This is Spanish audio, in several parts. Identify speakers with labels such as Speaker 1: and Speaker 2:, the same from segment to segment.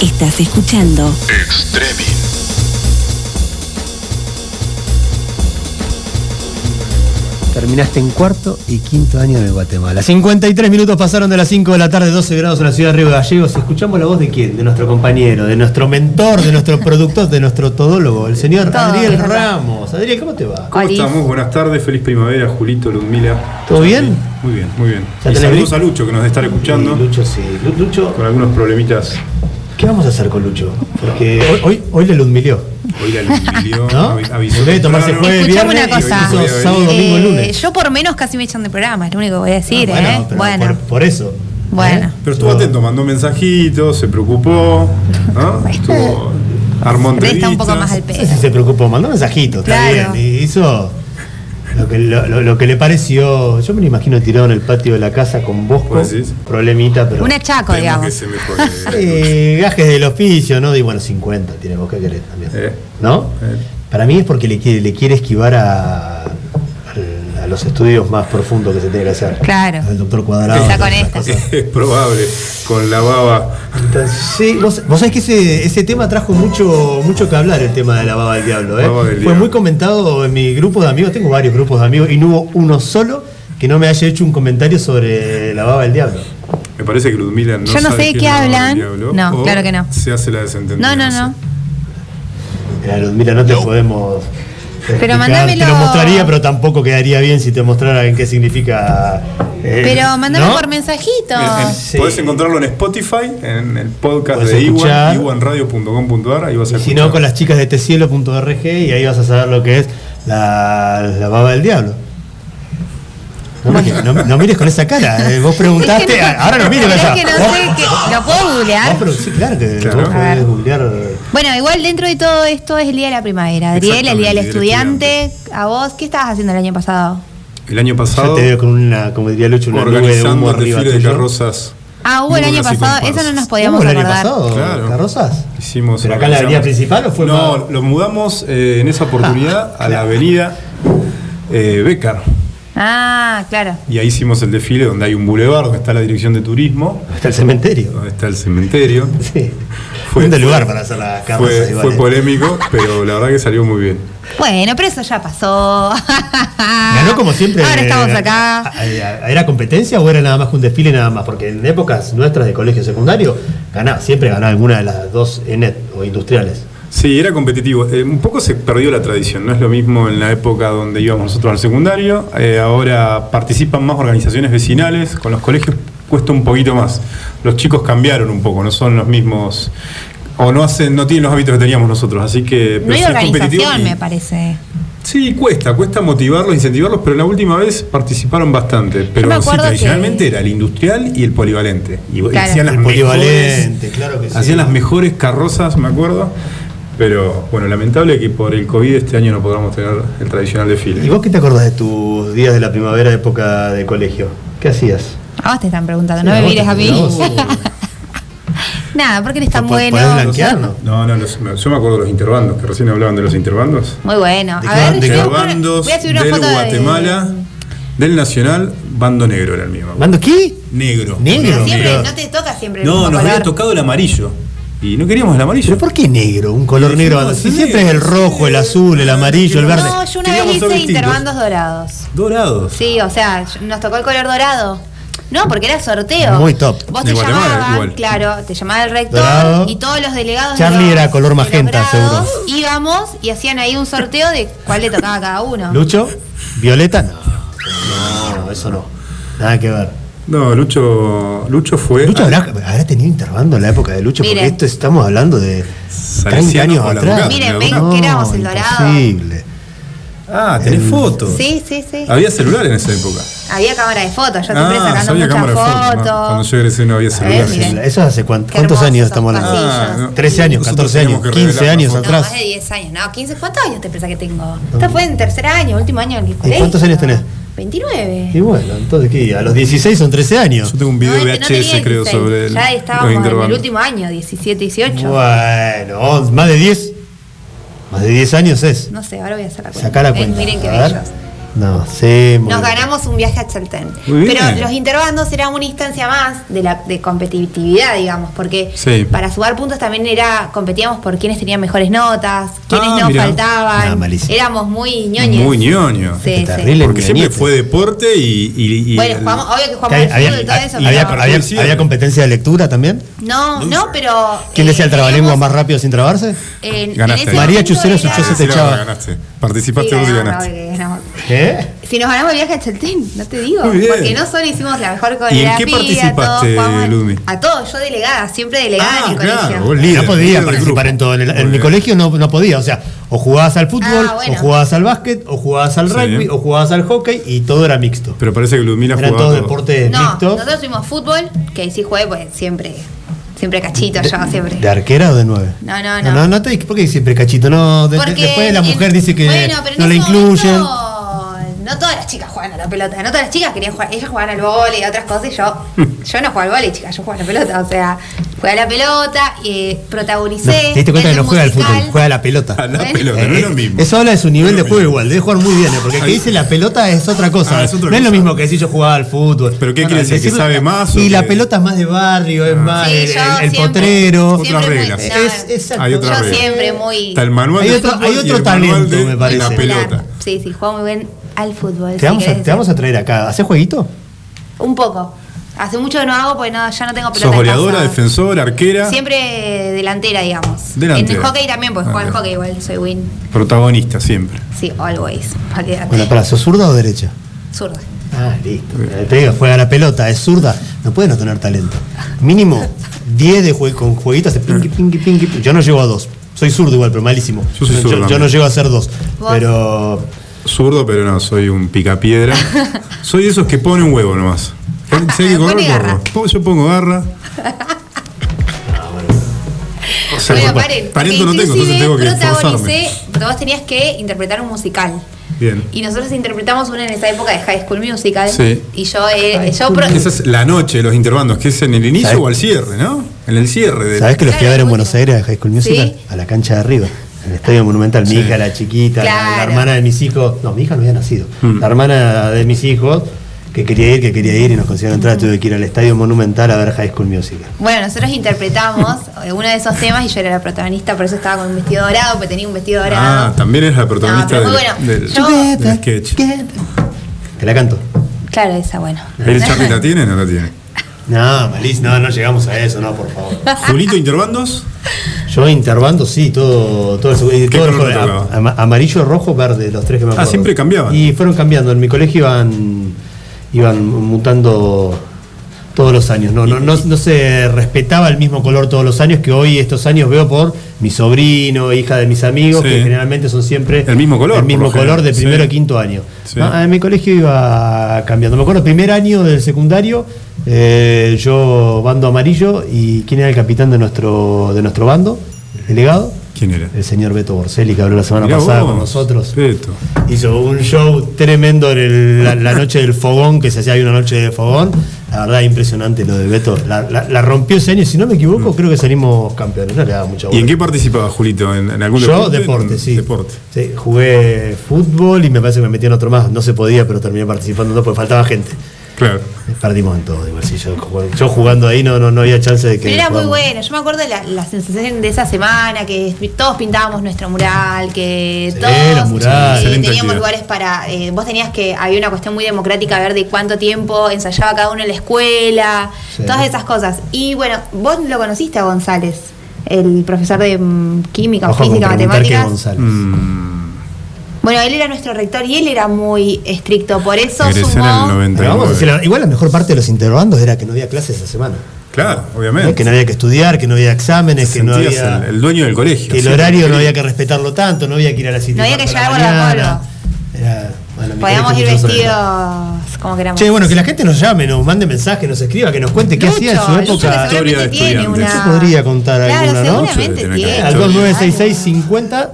Speaker 1: Estás escuchando
Speaker 2: Extremin.
Speaker 3: Terminaste en cuarto y quinto año de Guatemala. 53 minutos pasaron de las 5 de la tarde, 12 grados en la ciudad de Río Gallegos. Escuchamos la voz de quién? De nuestro compañero, de nuestro mentor, de nuestro productor, de nuestro todólogo, el señor
Speaker 4: Todo,
Speaker 3: Adriel
Speaker 4: es verdad.
Speaker 3: Ramos. Adriel, ¿cómo te va?
Speaker 5: ¿Cómo
Speaker 4: Oli.
Speaker 5: estamos? Buenas tardes, feliz primavera, Julito, Ludmila.
Speaker 3: ¿Todo bien?
Speaker 5: Muy bien, muy bien.
Speaker 3: ¿Ya
Speaker 5: Y
Speaker 3: tenés
Speaker 5: saludos
Speaker 3: gris?
Speaker 5: a Lucho que nos está escuchando
Speaker 3: Y Lucho, sí. Lu- Lucho,
Speaker 5: con algunos problemitas.
Speaker 3: ¿qué vamos a hacer con Lucho? Porque hoy, hoy, hoy le ludmilió.
Speaker 5: Hoy la Ludmilió
Speaker 3: ¿No?
Speaker 5: avi- avisó
Speaker 3: En vez de tomarse
Speaker 5: temprano.
Speaker 3: jueves,
Speaker 4: Escuchame
Speaker 3: viernes,
Speaker 4: una cosa.
Speaker 3: hizo sábado, domingo,
Speaker 4: Eh,
Speaker 3: lunes.
Speaker 4: Yo por menos casi me echan de programa, es lo único que voy a
Speaker 3: Ah,
Speaker 4: decir,
Speaker 3: bueno,
Speaker 4: ¿eh?
Speaker 3: pero
Speaker 4: Bueno.
Speaker 3: Por, por eso.
Speaker 4: Bueno.
Speaker 3: ¿Eh?
Speaker 5: Pero estuvo
Speaker 3: Yo-
Speaker 5: atento, mandó mensajitos, se preocupó, ¿no? Estuvo armó
Speaker 4: Pero está un poco más al
Speaker 3: No
Speaker 5: entrevistas.
Speaker 4: pedo.
Speaker 3: sé si se preocupó, mandó mensajitos, está
Speaker 4: Claro.
Speaker 3: bien. Y hizo lo que, lo, lo- lo que le pareció. Yo me lo imagino tirado en el patio de la casa con Bosco.
Speaker 5: ¿Vos decís?
Speaker 3: Problemita, pero.
Speaker 4: Un achaco,
Speaker 5: Esperemos que
Speaker 4: digamos.
Speaker 5: se mejore.
Speaker 3: Eh, gajes del oficio, ¿no? Y bueno, 50 tiene Bosco que querés también.
Speaker 5: Eh.
Speaker 3: ¿No?
Speaker 5: Eh.
Speaker 3: Para mí es porque le quiere, le quiere esquivar a, al- a los estudios más profundos que se tiene que hacer.
Speaker 4: Claro.
Speaker 3: Al doctor Cuadrado.
Speaker 4: Está
Speaker 3: todas
Speaker 4: con
Speaker 3: esas
Speaker 4: esta.
Speaker 3: cosas.
Speaker 5: Es probable, con la baba.
Speaker 3: Entonces, sí, vos, vos sabés que ese, ese tema trajo mucho, mucho que hablar, el tema de la baba del diablo. ¿eh?
Speaker 5: Baba del
Speaker 3: Fue
Speaker 5: diablo.
Speaker 3: muy comentado en mi grupo de amigos, tengo varios grupos de amigos, y no hubo uno solo que no me haya hecho un comentario sobre la baba del diablo.
Speaker 5: Me parece que Ludmila no
Speaker 4: Yo no sé
Speaker 5: sabe
Speaker 4: de
Speaker 5: quién
Speaker 4: qué
Speaker 5: es la baba
Speaker 4: hablan.
Speaker 5: del diablo,
Speaker 4: No,
Speaker 5: o
Speaker 4: claro que no.
Speaker 5: Se hace la desentendida.
Speaker 4: No, no,
Speaker 5: sé.
Speaker 4: no.
Speaker 3: Mira, Ludmila, no te podemos. explicar,
Speaker 4: mandámelo.
Speaker 3: Te lo mostraría, pero tampoco quedaría bien si te mostrara en qué significa. eh,
Speaker 4: Pero mandame
Speaker 3: ¿no?
Speaker 4: por mensajito.
Speaker 5: En- en-
Speaker 3: Sí.
Speaker 5: Podés encontrarlo en Spotify, en el podcast
Speaker 3: Podés
Speaker 5: de
Speaker 3: escuchar.
Speaker 5: Iwan, iwanradio.com.ar, ahí vas a
Speaker 3: Y si
Speaker 5: escuchar.
Speaker 3: no, con las chicas de tecielo.org y ahí vas a saber lo que es la, la baba del diablo. No mires, no- no mires con esa cara. eh, Vos preguntaste.
Speaker 4: Es que no-
Speaker 3: ahora no mires con
Speaker 4: es
Speaker 3: esa
Speaker 4: que no
Speaker 3: vos- "Oh".
Speaker 4: sé que- ¿Lo puedo
Speaker 3: vos
Speaker 4: googlear?
Speaker 3: pregun- sí, claro que
Speaker 5: Claro.
Speaker 3: vos
Speaker 5: A
Speaker 4: ver.
Speaker 3: podés googlear.
Speaker 4: Bueno, igual dentro de todo esto es el Día de la Primavera. Adriel, el Día del Estudiante. A vos, ¿qué estabas haciendo el año pasado?
Speaker 5: El año
Speaker 3: Yo
Speaker 5: pasado,
Speaker 3: te veo con una, como diría Lucho, una nube de humo
Speaker 5: organizando el
Speaker 3: arriba
Speaker 5: desfile de
Speaker 3: tuyo.
Speaker 5: carrozas.
Speaker 4: Ah, hubo el año
Speaker 5: Murgas y
Speaker 4: pasado,
Speaker 5: comparsas.
Speaker 4: eso no nos podíamos
Speaker 3: ¿Hubo el año
Speaker 4: acordar.
Speaker 3: pasado,
Speaker 5: Claro.
Speaker 3: carrozas?
Speaker 5: Hicimos,
Speaker 3: ¿Pero acá en la avenida principal o fue
Speaker 5: No,
Speaker 3: más- Ah,
Speaker 5: lo mudamos eh, en esa oportunidad a la avenida eh, Becar.
Speaker 4: Ah, claro.
Speaker 5: Y ahí hicimos el desfile donde hay un bulevar, donde está la dirección de turismo,
Speaker 3: Hasta el cementerio.
Speaker 5: donde está el cementerio.
Speaker 3: Sí.
Speaker 5: Fue-
Speaker 3: Lindo lugar para hacer las carrozas
Speaker 5: Fue,
Speaker 3: igual,
Speaker 5: fue
Speaker 3: eh.
Speaker 5: polémico, pero la verdad que salió muy bien.
Speaker 4: Bueno, pero eso ya pasó.
Speaker 3: Ganó como siempre.
Speaker 4: Ah. Ahora
Speaker 3: eh,
Speaker 4: estamos
Speaker 3: a-
Speaker 4: acá.
Speaker 3: a- a- ¿Era competencia o era nada más que un desfile nada más? Porque en épocas nuestras de colegio secundario, ganaba, siempre ganaba alguna de las dos ENET o industriales.
Speaker 5: Sí, era competitivo. Eh, un poco se perdió la tradición, no es lo mismo en la época donde íbamos nosotros al secundario. Eh, ahora participan más organizaciones vecinales, con los colegios cuesta un poquito más. Los chicos cambiaron un poco, no son los mismos o no hacen, no tienen los hábitos que teníamos nosotros, así que
Speaker 4: No hay
Speaker 5: sí es competitivo
Speaker 4: organización,
Speaker 5: y-
Speaker 4: me parece.
Speaker 5: Sí, cuesta, cuesta motivarlos, incentivarlos, pero la última vez participaron bastante.
Speaker 4: me
Speaker 5: Pero sí,
Speaker 4: acuerdo
Speaker 5: tradicionalmente
Speaker 4: que-
Speaker 5: era el industrial y el polivalente. Y
Speaker 4: Claro.
Speaker 5: hacían las
Speaker 3: El
Speaker 5: mejores-
Speaker 3: polivalente, claro que sí.
Speaker 5: Hacían las mejores carrozas, me acuerdo. Pero bueno, lamentable que por el COVID este año no podamos tener el tradicional
Speaker 3: ¿Y
Speaker 5: desfile.
Speaker 3: vos qué te acordás de tus días de la primavera, época de colegio? ¿Qué hacías?
Speaker 4: A vos te están preguntando, no me mires a mí. Nada, porque eres tan
Speaker 3: Po- podés
Speaker 4: bueno.
Speaker 3: blanquear, ¿no?
Speaker 5: No, no, los- no, yo me acuerdo de los interbandos, que recién hablaban de los interbandos.
Speaker 4: Muy bueno.
Speaker 3: ¿De
Speaker 4: A
Speaker 3: qué- de
Speaker 4: ver, yo
Speaker 3: qué
Speaker 4: voy a-
Speaker 5: Interbandos
Speaker 4: voy a subir una
Speaker 5: del
Speaker 4: foto de-
Speaker 5: Guatemala, del Nacional, bando negro era el mío. me acuerdo.
Speaker 3: ¿Mando qué?
Speaker 5: Negro.
Speaker 3: Negro,
Speaker 4: Pero siempre,
Speaker 3: pero-
Speaker 4: no te toca siempre el mismo
Speaker 5: No, nos
Speaker 4: color.
Speaker 5: había tocado el amarillo. Y no queríamos el amarillo.
Speaker 3: ¿Pero por qué negro? Un color negro.
Speaker 5: no,
Speaker 3: Si
Speaker 5: sí,
Speaker 3: siempre es el rojo, el azul, el amarillo, el verde.
Speaker 4: No, yo una
Speaker 5: Queríamos
Speaker 4: vez
Speaker 5: ser
Speaker 4: hice
Speaker 5: distintos.
Speaker 4: interbandos dorados.
Speaker 5: Dorados.
Speaker 4: Sí, o sea, yo- nos tocó el color dorado. No, porque era sorteo.
Speaker 3: Muy top.
Speaker 4: Vos
Speaker 5: De
Speaker 4: te
Speaker 5: Guatemala,
Speaker 4: llamaban,
Speaker 5: igual.
Speaker 4: claro, te llamaba el rector
Speaker 3: Dorado.
Speaker 4: y todos los delegados. de
Speaker 3: Charlie
Speaker 4: los-
Speaker 3: era color
Speaker 4: de los
Speaker 3: magenta,
Speaker 4: grados
Speaker 3: seguro.
Speaker 4: Íbamos y hacían ahí un sorteo de cuál le tocaba a cada uno.
Speaker 3: ¿Lucho? ¿Violeta? No. No, eso no. Nada que ver.
Speaker 5: No, Lucho, Lucho fue.
Speaker 3: Lucho habrá, habrá tenido intervando en la época de Lucho, porque
Speaker 4: Miren.
Speaker 3: esto estamos hablando de 30
Speaker 5: Salesiano
Speaker 3: años
Speaker 5: o la
Speaker 3: atrás.
Speaker 5: Ducati,
Speaker 4: Miren,
Speaker 5: la
Speaker 4: ven
Speaker 5: Ducati.
Speaker 4: que éramos el dorado.
Speaker 3: Imposible.
Speaker 5: Ah, tenés
Speaker 3: Mm.
Speaker 5: fotos.
Speaker 4: Sí, sí, sí.
Speaker 5: Había celular en esa época.
Speaker 4: Había cámara de fotos, yo siempre sacando
Speaker 5: había
Speaker 4: muchas
Speaker 5: Ah, cámara de
Speaker 4: fotos.
Speaker 5: ¿no? Cuando yo egresé no había celular.
Speaker 4: Eh, miren.
Speaker 3: Eso hace cuánto-
Speaker 4: Qué
Speaker 3: cuántos
Speaker 4: hermosos
Speaker 3: años estamos
Speaker 4: pasillos.
Speaker 3: hablando.
Speaker 5: Ah, no.
Speaker 3: 13 años,
Speaker 5: Nosotros
Speaker 3: 14
Speaker 5: teníamos
Speaker 3: años,
Speaker 5: que
Speaker 3: 15
Speaker 5: revelar
Speaker 3: años
Speaker 5: la
Speaker 4: No,
Speaker 5: foto.
Speaker 3: atrás. Mm.
Speaker 4: más de 10 años, no, 15. ¿Cuántos años te pensás que tengo? Esta fue en tercer año, último año del colegio.
Speaker 3: cuántos años tenés?
Speaker 4: 29.
Speaker 3: Y bueno, entonces, ¿qué? A los 16 son 13 años.
Speaker 5: Yo tengo un video
Speaker 4: No, no tenía
Speaker 5: VHS, creo,
Speaker 4: 16,
Speaker 5: sobre el,
Speaker 4: Ya
Speaker 5: los
Speaker 4: estábamos en el
Speaker 5: intervalos.
Speaker 4: último año, 17, 18.
Speaker 3: Bueno, on- más de 10. Más de 10 años es.
Speaker 4: No sé, ahora voy a hacer la cuenta.
Speaker 3: Sacá la
Speaker 4: Ven,
Speaker 3: cuenta,
Speaker 4: Eh, miren qué
Speaker 3: a ver.
Speaker 4: bellos.
Speaker 3: No, sí, muy bien.
Speaker 4: Nos ganamos un viaje a Chaltén.
Speaker 5: Muy bien.
Speaker 4: Pero los interbandos era una instancia más de la de competitividad, digamos, porque
Speaker 5: Sí.
Speaker 4: para sumar puntos también era competíamos por quienes tenían mejores notas, quienes
Speaker 5: Ah,
Speaker 4: no
Speaker 5: mirá.
Speaker 3: Ah,
Speaker 4: faltaban.
Speaker 3: malísimo.
Speaker 4: Éramos muy ñoños.
Speaker 5: Muy ñoño.
Speaker 4: Sí,
Speaker 3: Terrible.
Speaker 4: sí.
Speaker 5: Porque siempre
Speaker 3: ñoñetes.
Speaker 5: fue deporte y. y- y-
Speaker 4: Bueno, jugamos, obvio que
Speaker 3: Que
Speaker 4: jugamos
Speaker 3: hay-
Speaker 4: al
Speaker 3: había,
Speaker 4: fútbol y todo eso,
Speaker 3: había-
Speaker 4: pero-
Speaker 3: había-
Speaker 5: Coincido.
Speaker 3: había competencia de lectura también.
Speaker 4: no, no, pero.
Speaker 3: ¿Quién
Speaker 4: eh,
Speaker 3: decía el trabalengua
Speaker 4: teníamos-
Speaker 3: más rápido sin trabarse?
Speaker 4: en- en
Speaker 5: Ganaste.
Speaker 4: ese
Speaker 3: María
Speaker 4: momento
Speaker 3: Chucero
Speaker 4: era-
Speaker 3: Suchó se
Speaker 5: Ah, Sí,
Speaker 3: te
Speaker 5: la
Speaker 3: echaba.
Speaker 5: ganaste.
Speaker 4: Sí,
Speaker 5: Participaste vos y
Speaker 4: ganamos,
Speaker 5: ganaste.
Speaker 4: obvio que ganamos.
Speaker 3: ¿Qué?
Speaker 4: Si nos ganamos el viaje a Chaltén, no te digo.
Speaker 5: Muy bien.
Speaker 4: Porque no solo hicimos la mejor
Speaker 5: ¿Y en
Speaker 4: coreografía.
Speaker 5: qué
Speaker 4: todos
Speaker 5: participaste,
Speaker 4: jugamos-
Speaker 5: Lumi?
Speaker 4: A todos, yo delegada, siempre delegada en el
Speaker 3: Ah,
Speaker 4: colegio.
Speaker 5: vos líder,
Speaker 3: no podía
Speaker 5: líder del
Speaker 3: participar
Speaker 5: grupo.
Speaker 3: en todo. En, el- en
Speaker 5: Muy
Speaker 3: mi
Speaker 5: bien.
Speaker 3: colegio no, no podía. O sea, o jugabas al fútbol,
Speaker 4: Ah, bueno.
Speaker 3: o jugabas al básquet, o jugabas al
Speaker 5: Sí.
Speaker 3: rugby, o jugabas al hockey y todo era mixto.
Speaker 5: Pero parece que Ludmila
Speaker 3: Eran
Speaker 5: jugaba.
Speaker 3: todos
Speaker 5: todo.
Speaker 3: deportes
Speaker 4: No,
Speaker 3: mixtos.
Speaker 4: nosotros tuvimos fútbol, que ahí sí jugué, pues siempre, siempre cachito yo, siempre.
Speaker 3: ¿De arquera o de nueve?
Speaker 4: No, no, no.
Speaker 3: No, no te ¿Por qué siempre cachito? No, de- de-
Speaker 4: Porque
Speaker 3: después la
Speaker 4: en-
Speaker 3: mujer dice que
Speaker 4: bueno, pero en
Speaker 3: no la
Speaker 4: ese
Speaker 3: incluyen.
Speaker 4: momento, no todas las chicas juegan a la pelota, no todas las chicas querían jugar, ellas jugaban al vóley y otras cosas, y yo, yo no juego al vóley, chicas, yo juego a la pelota, o sea, jugué a la pelota, eh,
Speaker 3: No,
Speaker 4: protagonicé.
Speaker 3: te diste cuenta que
Speaker 4: en
Speaker 3: no
Speaker 4: el
Speaker 3: juega al
Speaker 4: musical.
Speaker 3: fútbol, juega a la pelota.
Speaker 5: A la
Speaker 4: Bueno.
Speaker 5: pelota, no es lo mismo.
Speaker 3: Eh, Eso habla de su nivel
Speaker 5: No
Speaker 3: de
Speaker 5: es lo
Speaker 3: juego
Speaker 5: mismo.
Speaker 3: igual, debe jugar muy bien, ¿eh? porque el que
Speaker 5: Ay.
Speaker 3: dice la pelota es otra cosa.
Speaker 5: Ah, es otra
Speaker 3: no es lo
Speaker 5: cosa.
Speaker 3: mismo que decir yo jugaba al fútbol.
Speaker 5: Pero ¿qué
Speaker 3: No, no,
Speaker 5: quiere decir? ¿Que
Speaker 3: decirlo-
Speaker 5: sabe más o
Speaker 3: Y la
Speaker 5: que- Ah.
Speaker 3: pelota es más de barrio, es más
Speaker 4: Sí,
Speaker 3: el,
Speaker 4: yo
Speaker 3: el- el
Speaker 4: siempre-
Speaker 3: potrero.
Speaker 5: Otra
Speaker 4: siempre
Speaker 5: regla.
Speaker 4: muy-
Speaker 3: Es-
Speaker 4: no,
Speaker 3: exacto.
Speaker 5: Hay otra
Speaker 4: Yo
Speaker 5: regla.
Speaker 4: siempre muy.
Speaker 5: Está el manual
Speaker 3: Hay
Speaker 5: de
Speaker 3: otro-
Speaker 5: fútbol
Speaker 3: hay
Speaker 5: y
Speaker 3: otro
Speaker 5: el manual
Speaker 3: talento,
Speaker 5: de
Speaker 3: me parece.
Speaker 5: La
Speaker 4: popular.
Speaker 5: pelota.
Speaker 4: Sí, sí, juego muy bien al fútbol.
Speaker 3: Te
Speaker 4: si
Speaker 3: vamos, a,
Speaker 4: querés
Speaker 3: te
Speaker 4: decir.
Speaker 3: vamos a traer acá. ¿Haces jueguito?
Speaker 4: Un poco. Hace mucho que no hago porque no, ya no tengo pelota.
Speaker 5: Sos
Speaker 4: en
Speaker 5: goleadora,
Speaker 4: casa.
Speaker 5: defensora, arquera,
Speaker 4: Siempre delantera, digamos.
Speaker 5: Delantera.
Speaker 4: En el hockey también, pues
Speaker 5: Ah,
Speaker 4: juego al
Speaker 5: bien.
Speaker 4: hockey igual, soy win.
Speaker 5: protagonista siempre.
Speaker 4: Sí, always. Olvídate.
Speaker 3: Bueno, para, ¿sos zurda o derecha?
Speaker 4: Zurda.
Speaker 3: Ah, listo. Te digo, juega la pelota, es zurda. No puede no tener talento. Mínimo 10 de jue- con jueguitos de pinqui, pinqui, pinqui. pinqui. Yo no llego a dos. Soy zurdo igual, pero malísimo.
Speaker 5: Yo soy zurdo
Speaker 3: yo no
Speaker 5: también.
Speaker 3: llego a ser dos.
Speaker 4: ¿Vos?
Speaker 3: Pero
Speaker 5: Zurdo, pero no, soy un picapiedra. soy de esos que ponen huevo nomás. Sé que corro,
Speaker 4: Pone garra.
Speaker 5: corro. Po- Yo pongo garra. O sea,
Speaker 4: bueno,
Speaker 5: pa-
Speaker 4: paren.
Speaker 5: talento no
Speaker 4: porque
Speaker 5: tengo, entonces
Speaker 4: inclusive
Speaker 5: tengo que
Speaker 4: protagonicé,
Speaker 5: esforzarme.
Speaker 4: vos tenías que interpretar un musical.
Speaker 5: Bien.
Speaker 4: Y nosotros interpretamos uno en esa época de High School Musical.
Speaker 5: Sí.
Speaker 4: Y yo, eh, yo pro-
Speaker 5: Esa es la noche, los interbandos, que es en el inicio
Speaker 3: ¿Sabés?
Speaker 5: o al cierre, ¿no? En el cierre. del-
Speaker 3: ¿Sabés que los fui a ver en
Speaker 4: Claro,
Speaker 3: Buenos Aires, al High School Musical?
Speaker 4: Sí.
Speaker 3: A la cancha de arriba, en el Estadio Monumental. Mi
Speaker 5: Sí.
Speaker 3: hija, la chiquita, la- la,
Speaker 4: Claro.
Speaker 3: hermana de mis hijos. No, mi hija no había nacido.
Speaker 5: Mm.
Speaker 3: La hermana de mis hijos, que quería ir, que quería ir y nos consiguieron entrar. Tuve que ir al Estadio Monumental a ver High School Musical.
Speaker 4: Bueno, nosotros interpretamos eh, uno de esos temas y yo era la protagonista, por eso estaba con un vestido dorado, porque tenía un vestido
Speaker 5: Ah,
Speaker 4: dorado.
Speaker 5: también es la
Speaker 4: No,
Speaker 5: protagonista
Speaker 4: pero muy
Speaker 5: del,
Speaker 4: bueno.
Speaker 5: del-
Speaker 4: Yo-
Speaker 5: del sketch.
Speaker 3: Te la canto.
Speaker 4: Claro, esa, bueno.
Speaker 5: ¿El Charlie la tiene o no la tiene?
Speaker 3: No, Malís, no, no llegamos a eso, no, por favor.
Speaker 5: Julito Interbandos,
Speaker 3: Yo interbando, sí, todo, todo el segu- eh,
Speaker 5: ¿Qué
Speaker 3: todo el
Speaker 5: color te
Speaker 3: juego,
Speaker 5: tocaba? Ah,
Speaker 3: ama- amarillo, rojo, verde, los tres que me acuerdo.
Speaker 5: siempre cambiaban.
Speaker 3: Y fueron cambiando. En mi colegio iban, iban mutando todos los años. No, no, no, no se respetaba el mismo color todos los años que hoy estos años veo por mi sobrino, hija de mis amigos,
Speaker 5: Sí.
Speaker 3: que generalmente son siempre
Speaker 5: El mismo color,
Speaker 3: El mismo
Speaker 5: por lo
Speaker 3: color de
Speaker 5: general.
Speaker 3: primero
Speaker 5: Sí.
Speaker 3: a quinto año.
Speaker 5: Sí.
Speaker 3: Ah, en mi colegio iba cambiando. Me acuerdo, primer año del secundario, eh, yo bando amarillo y quién era el capitán de nuestro, de nuestro bando, delegado.
Speaker 5: ¿quién era?
Speaker 3: El señor Beto Borselli, que habló la semana
Speaker 5: Mirá
Speaker 3: pasada
Speaker 5: vos,
Speaker 3: con nosotros.
Speaker 5: Beto.
Speaker 3: Hizo un show tremendo en el- la, la noche del fogón, que se hacía ahí una noche de fogón. La verdad, impresionante lo de Beto. La, la- la rompió ese año, y si no me equivoco, creo que salimos campeones. No le daba mucha
Speaker 5: ¿Y en
Speaker 3: bola.
Speaker 5: qué participaba Julito? ¿En, en algún
Speaker 3: Yo,
Speaker 5: deporte?
Speaker 3: deporte,
Speaker 5: En-
Speaker 3: sí.
Speaker 5: Deporte.
Speaker 3: Sí, Jugué fútbol y me parece que me metí en otro más. No se podía, pero terminé participando en dos porque faltaba gente.
Speaker 5: Claro.
Speaker 3: Perdimos en todo, igual. sí, yo, jugando- yo jugando ahí no, no, no había chance de que.
Speaker 4: Pero era muy
Speaker 3: jugamos.
Speaker 4: bueno, yo me acuerdo de la, la sensación de esa semana, que todos pintábamos nuestro mural, que
Speaker 3: Sí, los
Speaker 4: todos
Speaker 3: murales.
Speaker 4: sí,
Speaker 5: Excelente
Speaker 4: teníamos
Speaker 5: actividad.
Speaker 4: lugares para... eh, vos tenías que, había una cuestión muy democrática, a ver de cuánto tiempo ensayaba cada uno en la escuela,
Speaker 3: Sí.
Speaker 4: todas esas cosas. Y bueno, vos lo conociste a González, el profesor de mm, química, o
Speaker 3: Ojo con
Speaker 4: física,
Speaker 3: preguntar qué
Speaker 4: matemáticas.
Speaker 3: González.
Speaker 5: Mm,
Speaker 4: Bueno, él era nuestro rector y él era muy estricto, por eso
Speaker 5: egresé en el
Speaker 4: sumó...
Speaker 5: 99.
Speaker 3: Pero vamos a decir, la- igual la mejor parte de los interbandos era que no había clases esa semana.
Speaker 5: Claro,
Speaker 3: ¿Eh? Que
Speaker 5: obviamente.
Speaker 3: no había que estudiar, que no había exámenes, que no
Speaker 5: Sentías
Speaker 3: había.
Speaker 5: el, el dueño del colegio.
Speaker 3: que el
Speaker 5: Sí,
Speaker 3: horario no
Speaker 5: sí.
Speaker 3: había que respetarlo tanto, no había que ir a la cita.
Speaker 4: No había que
Speaker 3: a
Speaker 4: llevar
Speaker 3: la
Speaker 4: guardapolvo.
Speaker 3: Era, bueno, mi
Speaker 4: Podíamos ir
Speaker 3: colegio mucho
Speaker 4: vestidos
Speaker 3: sobre-
Speaker 4: como queramos.
Speaker 3: Che, bueno, que la gente nos llame, nos mande mensajes, nos escriba, que nos cuente qué hacía en su
Speaker 4: Lucho, Lucho, que
Speaker 3: época.
Speaker 5: Historia de
Speaker 4: seguramente tiene
Speaker 5: estudiantes.
Speaker 4: una-
Speaker 3: Yo podría contar
Speaker 4: Claro,
Speaker 3: alguna, ¿no?
Speaker 4: seguramente
Speaker 5: Lucho,
Speaker 4: tiene.
Speaker 3: Al
Speaker 5: Algo.
Speaker 3: 2966 50